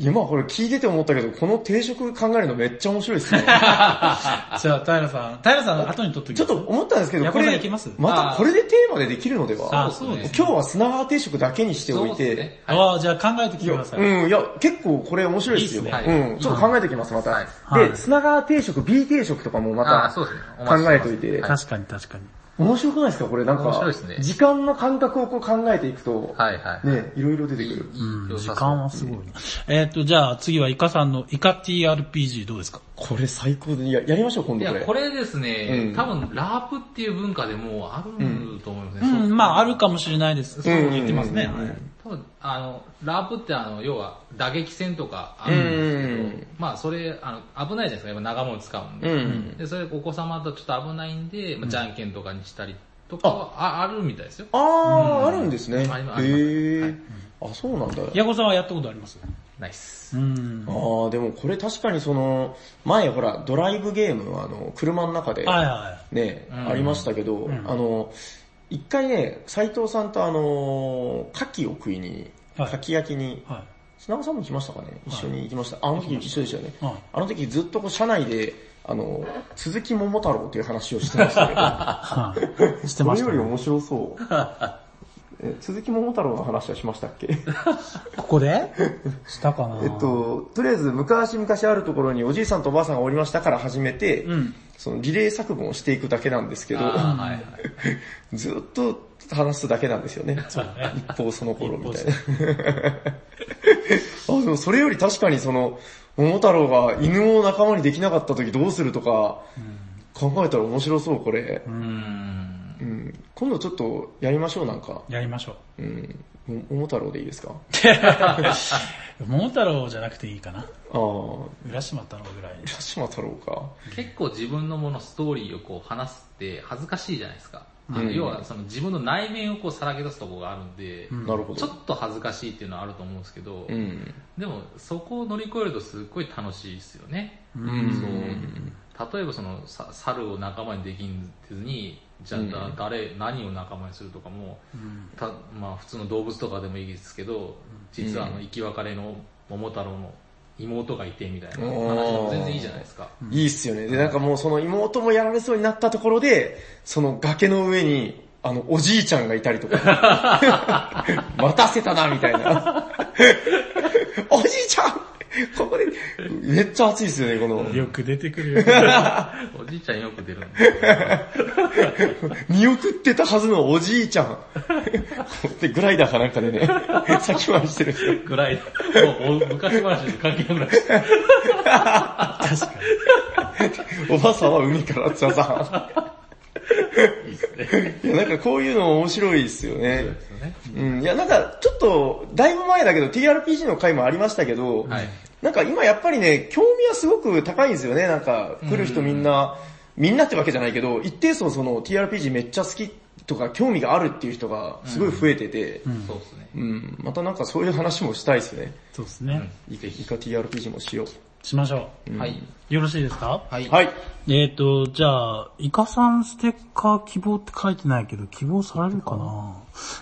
Speaker 2: 今これ聞いてて思ったけど、この定食考えるのめっちゃ面白いですね。
Speaker 1: じゃあ、平さん、平さん後に取っとき
Speaker 2: ちょっと思ったんですけど、
Speaker 1: ヤ
Speaker 2: こ
Speaker 1: コさん
Speaker 2: れ
Speaker 1: いきます、
Speaker 2: ま
Speaker 3: あ
Speaker 2: た
Speaker 3: ー
Speaker 2: これでテーマでできるので
Speaker 1: あ、
Speaker 2: は
Speaker 1: そうです。
Speaker 2: 今日は砂川定食だけにしておい
Speaker 3: そうです
Speaker 2: て、
Speaker 3: ね。はい
Speaker 1: ああ、じゃあ考えてきてください。
Speaker 2: うん、いや、結構これ面白いですよ。
Speaker 1: いいっ
Speaker 3: すね
Speaker 2: うん、ちょっと考えておきます、また。
Speaker 1: はい
Speaker 2: で、砂川定食、B 定食とかもま
Speaker 3: あー
Speaker 2: た
Speaker 3: そう
Speaker 2: 考
Speaker 3: ですねお待ちして
Speaker 2: え
Speaker 3: ます
Speaker 2: といて、
Speaker 1: 確かに確かに。
Speaker 2: 面白くないですかこれなん
Speaker 3: 面
Speaker 2: か
Speaker 3: 白いですね、
Speaker 2: 時間の感覚をこう考えていくと、
Speaker 3: はいはい。
Speaker 2: ね、いろいろ出てくる。
Speaker 1: うん、
Speaker 3: 良
Speaker 1: 時
Speaker 3: さそう
Speaker 1: 間はすごいな。えっと、じゃあ次はイカさんのイカ TRPG どうですか
Speaker 2: これ最高で、いや、やりましょう、今
Speaker 3: い
Speaker 2: 度こ
Speaker 3: や、
Speaker 2: れ。
Speaker 3: これですね
Speaker 2: う、ん
Speaker 3: 多分、ラープっていう文化でもうあると思います
Speaker 1: う
Speaker 3: ね。
Speaker 1: ん、まああるかもしれないです。
Speaker 2: うん
Speaker 1: 言ってますね。はい
Speaker 3: そう多分あの、ラープってあの、要は打撃戦とかあるんですけど、まあそれ、あの、危ないじゃないですか、やっぱ長物使うんで。
Speaker 2: うん
Speaker 3: で、それお子様だとちょっと危ないんで、まあ、じゃんけんとかにしたりとかはああるみたいですよ。
Speaker 2: あー、あるんですね。へ
Speaker 3: ありますあります
Speaker 2: ー。あ、そうなんだ。
Speaker 1: 矢子さんはやったことあります
Speaker 3: ナイス。
Speaker 1: うん。
Speaker 2: あー、でもこれ確かにその、前ほら、ドライブゲーム、あの、車の中で、
Speaker 1: はいは
Speaker 2: ね、
Speaker 3: うん
Speaker 2: ありましたけど、
Speaker 1: ん
Speaker 2: あの、一回ね、斉藤さんとあの、牡蠣を食いに、
Speaker 1: はい
Speaker 2: 牡蠣焼きに、
Speaker 1: い。はい。
Speaker 2: 砂川さんも来ましたかね一緒に行きました。あの時一緒でしたよね。
Speaker 1: はい
Speaker 2: あの時ずっとこう車内で、あの、鈴木桃太郎という話をしてましたけど、
Speaker 1: はい。してまし
Speaker 2: そ
Speaker 1: た
Speaker 2: れより
Speaker 1: ね。
Speaker 2: 面白そう。え鈴木桃太郎の話はしましたっけ
Speaker 1: ここでしたかな
Speaker 2: えっと、とりあえず昔々あるところにおじいさんとおばあさんがおりましたから始めて、
Speaker 1: うん。
Speaker 2: そのリレー作文をしていくだけなんですけど、
Speaker 3: あーはいはい。
Speaker 2: ずっと話すだけなんですよね。
Speaker 1: そうだね。
Speaker 2: 一方その頃み たいな。あ、でもそれより確かにその、桃太郎が犬を仲間にできなかった時どうするとか、考えたら面白そう、これ。
Speaker 3: うーん。
Speaker 2: うん。今度ちょっとやりましょう、なんか。
Speaker 1: やりましょ
Speaker 2: うん。も桃太郎でいいですか
Speaker 1: う。桃太郎じゃなくていいかな。
Speaker 2: ああ、
Speaker 1: 浦島太郎ぐらい。
Speaker 2: 田島太郎か。
Speaker 3: 結構自分のものストーリーをこう話すって恥ずかしいじゃないですか。あ
Speaker 2: う
Speaker 3: の
Speaker 2: ん
Speaker 3: 要はその自分の内面をこうさらけ出すところがあるんで、
Speaker 2: なるほ
Speaker 3: ちょ
Speaker 2: ど。
Speaker 3: っと恥ずかしいっていうのはあると思うんですけど、
Speaker 2: うん。
Speaker 3: でもそこを乗り越えるとすっごい楽しいですよね。
Speaker 2: うん。
Speaker 3: そう例えばそのさ猿を仲間にできずに、じゃあだ誰、何を仲間にするとかも、たまあ普通の動物とかでもいいですけど、実はあの生き別れの桃太郎の妹がいてみたいな話も全然いいじゃないですか。
Speaker 2: いいっすよね。で、なんかもうその妹もやられそうになったところで、その崖の上に、あの、おじいちゃんがいたりとか。 待たせたな、みたいな。おじいちゃんここで、めっちゃ熱いっすよね、この、
Speaker 1: よく出てくるよ。
Speaker 3: おじいちゃんよく出る んで。
Speaker 2: 見送ってたはずのおじいちゃん。こうやってグライダーかなんかでね、先回りしてるんですよ。
Speaker 3: ぐらい。もう、昔話で関係ない。
Speaker 1: 確か
Speaker 2: おばさんは海からザザーン。いや、なんかこういうの面白いですよね。うん、いや、なんか、ちょっと、だいぶ前だけど、TRPG の回もありましたけど、
Speaker 3: はい
Speaker 2: なんか今やっぱりね、興味はすごく高いんですよね、なんか、来る人みんな、みんなってわけじゃないけど、一定層その TRPG めっちゃ好きとか、興味があるっていう人がすごい増えてて、うん、
Speaker 3: そうですね。
Speaker 2: またなんかそういう話もしたいですね。
Speaker 1: そうですね。
Speaker 2: いいか TRPG もしよ。。
Speaker 1: しましょ
Speaker 3: はい。
Speaker 1: う。よろしいですか
Speaker 3: はいう
Speaker 2: はい。
Speaker 1: えっ、ー、と、じゃあ、イカさんステッカー希望って書いてないけど、希望されるかな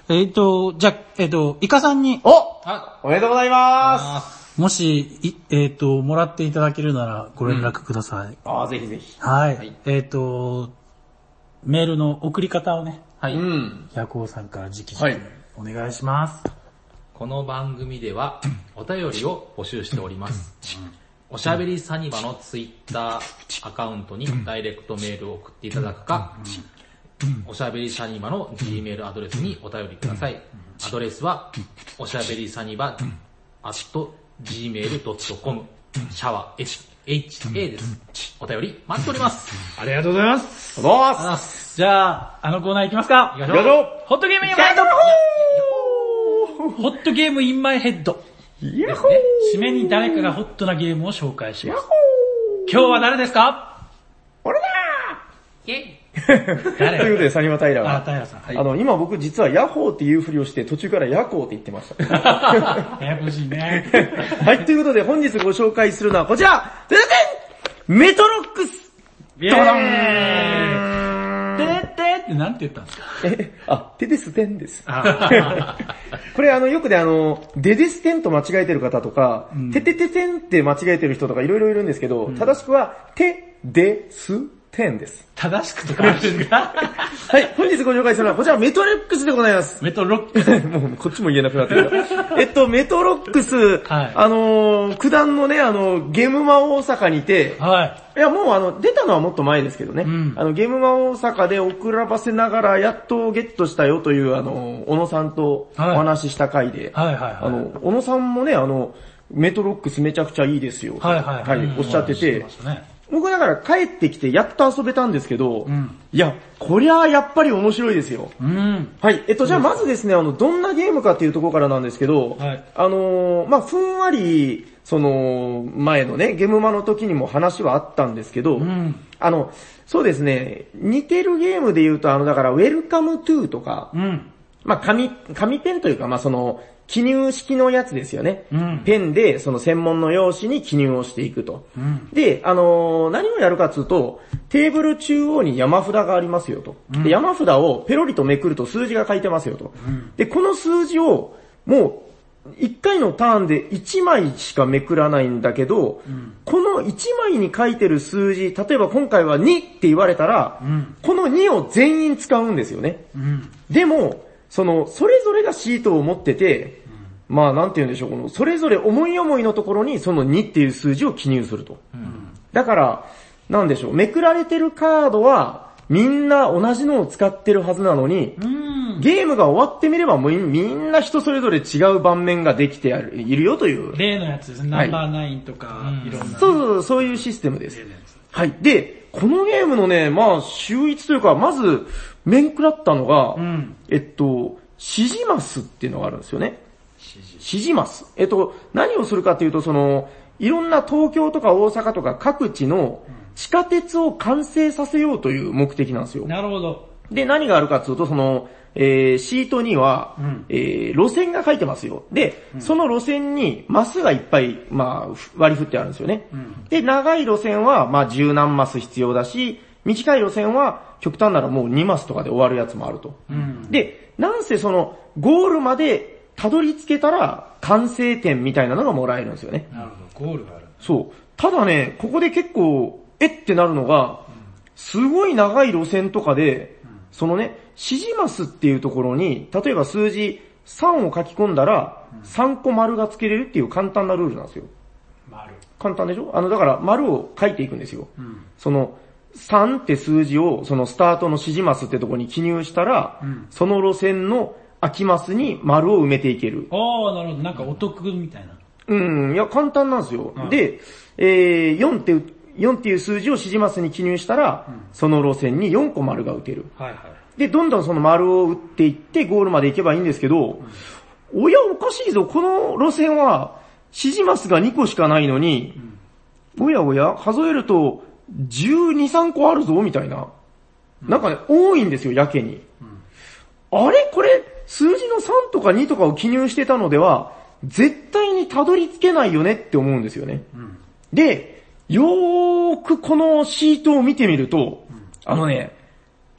Speaker 1: えっ、ー、と、じゃあ、えっ、と、イカさんに、
Speaker 2: お
Speaker 3: あ、
Speaker 2: おめでとうございます
Speaker 3: あ
Speaker 1: もし、いえっ、と、もらっていただけるならご連絡ください。
Speaker 2: ああ、ぜひぜひ。。
Speaker 1: はい。
Speaker 3: はい
Speaker 1: えっ、と、メールの送り方をね、
Speaker 3: はいう
Speaker 2: ん。
Speaker 1: ヤコウさんから直
Speaker 2: は
Speaker 1: 々
Speaker 2: い
Speaker 1: にお願いします。
Speaker 3: この番組では、お便りを募集しております。おしゃべりサニバのツイッターアカウントにダイレクトメールを送っていただくか、おしゃべりサニバの G メールアドレスにお便りください。アドレスは、おしゃべりサニバ at gmail.com シャワー SHA です。お便り待っております。
Speaker 1: ありがとうございます。
Speaker 2: どうもーす
Speaker 1: じゃあ、あのコーナー行きますか
Speaker 3: 行きましょ
Speaker 2: よいしょ
Speaker 1: ホットゲームインマイヘッドホットゲームインマイヘッド。
Speaker 2: やっ
Speaker 1: ね、締めに誰かがホットなゲームを紹介します。今日は誰ですか
Speaker 2: 俺だ
Speaker 3: イェイ
Speaker 2: ーというこ
Speaker 1: 誰
Speaker 2: とで、サニマタイラ
Speaker 1: あ、
Speaker 2: は、
Speaker 1: 平さん。
Speaker 2: あの、今僕実はヤホーっていうふりをして途中からヤコーって言ってました。
Speaker 1: ややこしいね。
Speaker 2: はい、ということで本日ご紹介するのはこちらてててんメトロックス
Speaker 1: イェーイてってってなんて言ったんですか
Speaker 2: え、あ、テデステンです。
Speaker 1: あ
Speaker 2: これあの、よくね、あの、デデステンと間違えてる方とか、テテテテンって間違えてる人とかいろいろいるんですけど、正しくは、テデステンです。
Speaker 1: 正しくとかあるんですか
Speaker 2: はい、本日ご紹介するのはこちらメトロックスでございます。
Speaker 1: メトロック。
Speaker 2: もうこっちも言えなくなってき た。えっと、メトロックス、
Speaker 1: はい
Speaker 2: あのー、九段のね、あの、ゲームマ大阪にて、
Speaker 1: はい。
Speaker 2: いや、もうあの、出たのはもっと前ですけどね、
Speaker 1: ん
Speaker 2: あの、ゲームマ大阪で遅らばせながらやっとゲットしたよという、あの、小野さんとお
Speaker 1: はい
Speaker 2: 話しした回で、
Speaker 1: はいはいはい。
Speaker 2: あの、小野さんもね、あの、メトロックスめちゃくちゃいいですよ。
Speaker 1: はいはい
Speaker 2: おっしゃって
Speaker 1: うん
Speaker 2: て
Speaker 1: ま、したね
Speaker 2: 僕だから帰ってきてやっと遊べたんですけど、
Speaker 1: うん
Speaker 2: いや、こりゃやっぱり面白いですよ。
Speaker 1: うん。
Speaker 2: はい。えっと、じゃあまずですね、あの、どんなゲームかっていうところからなんですけど、
Speaker 1: はい
Speaker 2: あのーまあ、ふんわり、その、前のね、ゲームマの時にも話はあったんですけど、
Speaker 1: うん。
Speaker 2: あの、そうですね、似てるゲームで言うと、あの、だから、ウェルカムトゥーとか、
Speaker 1: うん。
Speaker 2: まあ、紙、紙ペンというか、まあ、その、記入式のやつですよね。
Speaker 1: うん
Speaker 2: ペンで、その専門の用紙に記入をしていくと。
Speaker 1: うん。
Speaker 2: で、あのー何をやるかっていうと、テーブル中央に山札がありますよと。で山札をペロリとめくると数字が書いてますよと。で、この数字を、もう、1回のターンで1枚しかめくらないんだけど、この1枚に書いてる数字、例えば今回は2って言われたら、
Speaker 1: ん
Speaker 2: この2を全員使うんですよね。
Speaker 1: うん。
Speaker 2: でも、その、それぞれがシートを持ってて、まあなんて言うんでしょう、この、それぞれ思い思いのところにその2っていう数字を記入すると。だから、なんでしょう、めくられてるカードは、みんな同じのを使ってるはずなのに、
Speaker 1: うん。
Speaker 2: ゲームが終わってみればもうみんな人それぞれ違う盤面ができてあるいるよという。
Speaker 1: 例のやつですね。
Speaker 2: は
Speaker 1: ナ
Speaker 2: い
Speaker 1: ンバーナインとか、いろんな。
Speaker 2: そうそうそう、そういうシステムです
Speaker 1: 例。のやつ
Speaker 2: はい。で、このゲームのね、まあ、秀逸というか、まず、面食らったのが、
Speaker 1: うん。
Speaker 2: えっと、シジマスっていうのがあるんですよね。
Speaker 3: 指示
Speaker 2: シジマス。えっと、何をするかっていうと、その、いろんな東京とか大阪とか各地の地下鉄を完成させようという目的なんですよ。
Speaker 1: なるほど。
Speaker 2: で、何があるかっていうと、その、えー、シートには、
Speaker 1: うん
Speaker 2: えー、路線が書いてますよ。で、その路線にマスがいっぱい、まあ、ふ割り振ってあるんですよね。
Speaker 1: ん
Speaker 2: で、長い路線は、まあ、十何マス必要だし、短い路線は、極端ならもう2マスとかで終わるやつもあると。
Speaker 1: うん。
Speaker 2: で、なんせその、ゴールまでたどり着けたら、完成点みたいなのがもらえるんですよね。
Speaker 1: なるほど。ゴールがある。
Speaker 2: そう。ただね、ここで結構、えってなるのが、すごい長い路線とかで、そのね、指示マスっていうところに、例えば数字3を書き込んだら、3個丸がつけれるっていう簡単なルールなんですよ。
Speaker 1: 丸。
Speaker 2: 簡単でしょあの、だから丸を書いていくんですよ。
Speaker 1: うん。
Speaker 2: その、3って数字を、そのスタートの指示マスってとこに記入したら、
Speaker 1: うん
Speaker 2: その路線の空きマスに丸を埋めていける。
Speaker 1: ああ、なるほど。なんかお得みたいな。
Speaker 2: うん、いや、簡単なんですよ。
Speaker 1: うん
Speaker 2: で、えー、4って、4っていう数字を指示マスに記入したら、その路線に4個丸が打てる。
Speaker 1: はいはい。
Speaker 2: で、どんどんその丸を打っていって、ゴールまで行けばいいんですけど、おや、おかしいぞ、この路線は、指示マスが2個しかないのに、おやおや、数えると、12、3個あるぞ、みたいな。なんかね、多いんですよ、やけに。あれこれ、数字の3とか2とかを記入してたのでは、絶対にたどり着けないよねって思うんですよね。
Speaker 1: うん。
Speaker 2: で、よーくこのシートを見てみると、あのね、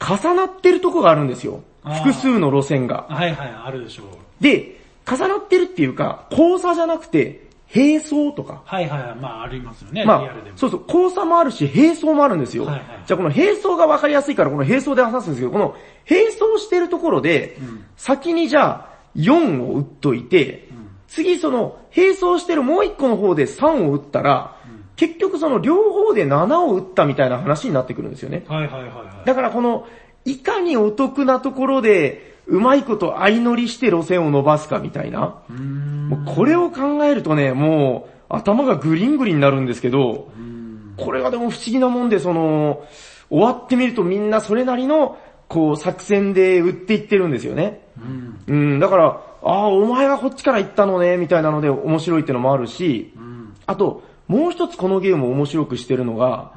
Speaker 2: 重なってるとこがあるんですよ。
Speaker 1: あー
Speaker 2: 複数の路線が。
Speaker 1: はいはい、あるでしょう。
Speaker 2: で、重なってるっていうか、交差じゃなくて、並走とか。
Speaker 1: はいはいはい、まあありますよね、リア
Speaker 2: ま
Speaker 1: ルで
Speaker 2: あ、
Speaker 1: も。
Speaker 2: そうそう、交差もあるし、並走もあるんですよ。
Speaker 1: はいはい
Speaker 2: じゃあこの並走がわかりやすいから、この並走で話すんですけど、この並走してるところで、
Speaker 1: ん
Speaker 2: 先にじゃあ4を打っといて、次その並走してるもう1個の方で3を打ったら、結局その両方で7を打ったみたいな話になってくるんですよね。
Speaker 1: はいはいはいはい。
Speaker 2: だからこの、いかにお得なところで、うまいこと相乗りして路線を伸ばすかみたいな。
Speaker 1: うーん。
Speaker 2: もうこれを考えるとね、もう頭がグリングリになるんですけど、これがでも不思議なもんで、その、終わってみるとみんなそれなりの、こう、作戦で売っていってるんですよね。
Speaker 1: うん。
Speaker 2: うん、だから、ああ、お前はこっちから行ったのね、みたいなので面白いってのもあるし、
Speaker 1: うん。
Speaker 2: あと、もう一つこのゲームを面白くしてるのが、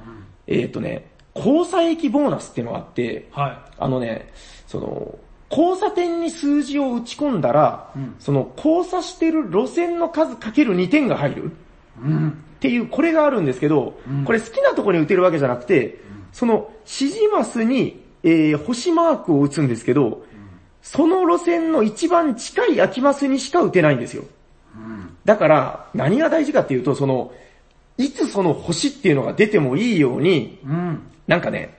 Speaker 2: えっ、とね、交差駅ボーナスっていうのがあって、
Speaker 1: は
Speaker 2: あのね、その、交差点に数字を打ち込んだら、
Speaker 1: うん
Speaker 2: その交差してる路線の数かける2点が入るっ
Speaker 1: い。うん。
Speaker 2: ていう、これがあるんですけど、
Speaker 1: うん
Speaker 2: これ好きなところに打てるわけじゃなくて、その指示マスに、えー星マークを打つんですけど、その路線の一番近い空きマスにしか打てないんですよ。
Speaker 1: うん。
Speaker 2: だから、何が大事かっていうと、その、いつその星っていうのが出てもいいように、
Speaker 1: うん。
Speaker 2: なんかね、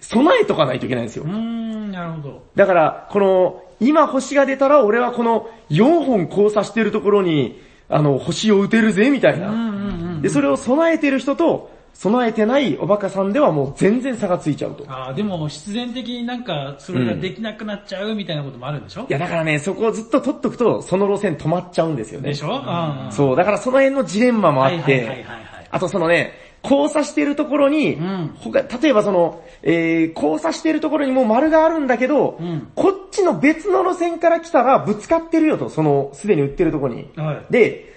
Speaker 2: 備えとかないといけないんですよ
Speaker 1: うー。ん、なるほど。
Speaker 2: だから、この、今星が出たら俺はこの4本交差してるところに、あの、星を打てるぜ、みたい
Speaker 1: うん
Speaker 2: な。
Speaker 1: うんうん。
Speaker 2: で、それを備えてる人と、備えてないおバカさんではもう全然差がついちゃうと。い
Speaker 1: ああ、でも必然的になんかそれができなくなっちゃうみたいなこともあるんでしょ
Speaker 2: や、だからね、そこをずっと取っとくと、その路線止まっちゃうんですよね。
Speaker 1: でしょうん。
Speaker 2: そう、だからその辺のジレンマもあ
Speaker 1: はい
Speaker 2: っ
Speaker 1: はいはい
Speaker 2: て
Speaker 1: はいはい、
Speaker 2: あとそのね、交差してるところに、
Speaker 1: ん
Speaker 2: 他例えばその、えー、交差してるところにもう丸があるんだけど、
Speaker 1: ん
Speaker 2: こっちの別の路線から来たらぶつかってるよと、その、すでに売ってるところに。
Speaker 1: はい
Speaker 2: で、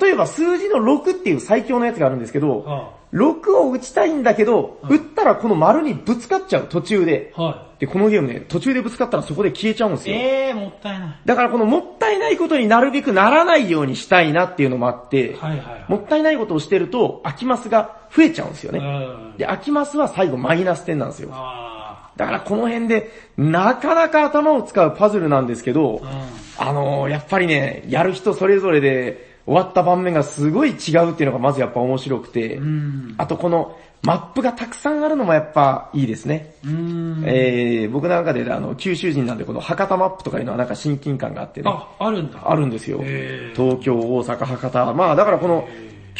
Speaker 2: 例えば数字の6っていう最強のやつがあるんですけど、
Speaker 1: は
Speaker 2: 6を打ちたいんだけど、打ったらこの丸にぶつかっちゃう、途中で。
Speaker 1: は
Speaker 2: で、このゲームね、途中でぶつかったらそこで消えちゃうんです
Speaker 1: い。
Speaker 2: よ。
Speaker 1: えー、もったいな
Speaker 2: だからこのもったいないことになるべくならないようにしたいなっていうのもあって、
Speaker 1: い。はいはいはい。
Speaker 2: もったいないことをしてると、空きマスが増えちゃうんですよ
Speaker 1: う
Speaker 2: ね。
Speaker 1: ん。
Speaker 2: で、空きマスは最後マイナス点なんですよ。
Speaker 1: あ
Speaker 2: だからこの辺で、なかなか頭を使うパズルなんですけど、
Speaker 1: ー。うん。
Speaker 2: あのー、やっぱりね、やる人それぞれで、終わった盤面がすごい違うっていうのがまずやっぱ面白くて、
Speaker 1: ん
Speaker 2: あとこのマップがたくさんあるのもやっぱいいですね。
Speaker 1: うーん。
Speaker 2: えー、僕なんかであの九州人なんでこの博多マップとかいうのはなんか親近感があってね、
Speaker 1: あ、あるんだ。
Speaker 2: あるんですよ
Speaker 1: へ。ー
Speaker 2: 東京、大阪、博多。まあだからこの、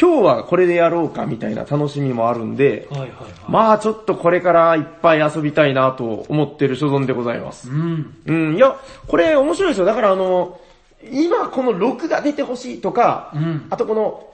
Speaker 2: 今日はこれでやろうかみたいな楽しみもあるんで、
Speaker 1: はいはいはい。
Speaker 2: まあちょっとこれからいっぱい遊びたいなと思ってる所存でございます
Speaker 1: う。ん。
Speaker 2: うん、いや、これ面白いですよ。だからあの、今この6が出てほしいとか、
Speaker 1: うん
Speaker 2: あとこの、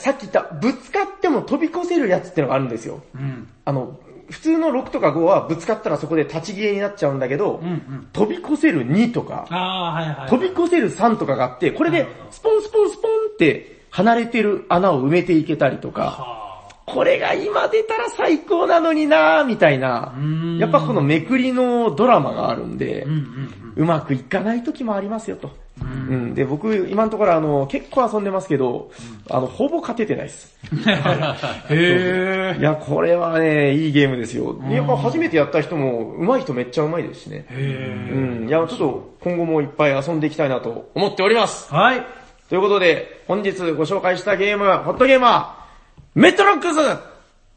Speaker 2: さっき言った、ぶつかっても飛び越せるやつってのがあるんですよ。
Speaker 1: うん。
Speaker 2: あの、普通の6とか5はぶつかったらそこで立ち消えになっちゃうんだけど、
Speaker 1: うんうん。
Speaker 2: 飛び越せる2とか、
Speaker 1: あー、はいはいはい。
Speaker 2: 飛び越せる3とかがあって、これでスポンスポンスポンって離れてる穴を埋めていけたりとか、
Speaker 1: は
Speaker 2: これが今出たら最高なのになぁ、みたいな
Speaker 1: ーん。
Speaker 2: やっぱこのめくりのドラマがあるんで
Speaker 1: ー。う、んうん
Speaker 2: うまくいかない時もありますよと。うん、で、僕、今のところあの、結構遊んでますけど、あの、ほぼ勝ててないです。
Speaker 1: うん。へー。
Speaker 2: いや、これはね、いいゲームですよ。いや、まあ初めてやった人も、上手い人めっちゃ上手いですしね。
Speaker 1: へ
Speaker 2: うん、いや、ちょっと今後もいっぱい遊んでいきたいなと思っております。
Speaker 1: ー。はい。
Speaker 2: ということで、本日ご紹介したゲームは、ホットゲーマー、メトロックス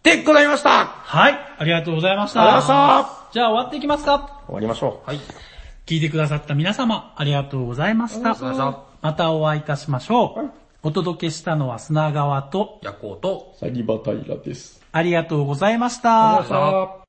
Speaker 2: でございましたあ
Speaker 1: はい。ありがとうございまし
Speaker 2: りがとうご
Speaker 1: た。
Speaker 2: ざいました
Speaker 1: じゃあ終わっていきますか
Speaker 2: 終わりましょう。
Speaker 3: はい。
Speaker 1: 聞いてくださった皆様、ありがとうございました。
Speaker 3: りがとうございました
Speaker 1: またお会いいたしましょう。お届けしたのは砂川と、
Speaker 3: 夜行と、
Speaker 2: サリバタイラです。
Speaker 1: ありがとうございまし
Speaker 2: あ
Speaker 1: た
Speaker 2: りがとうございました。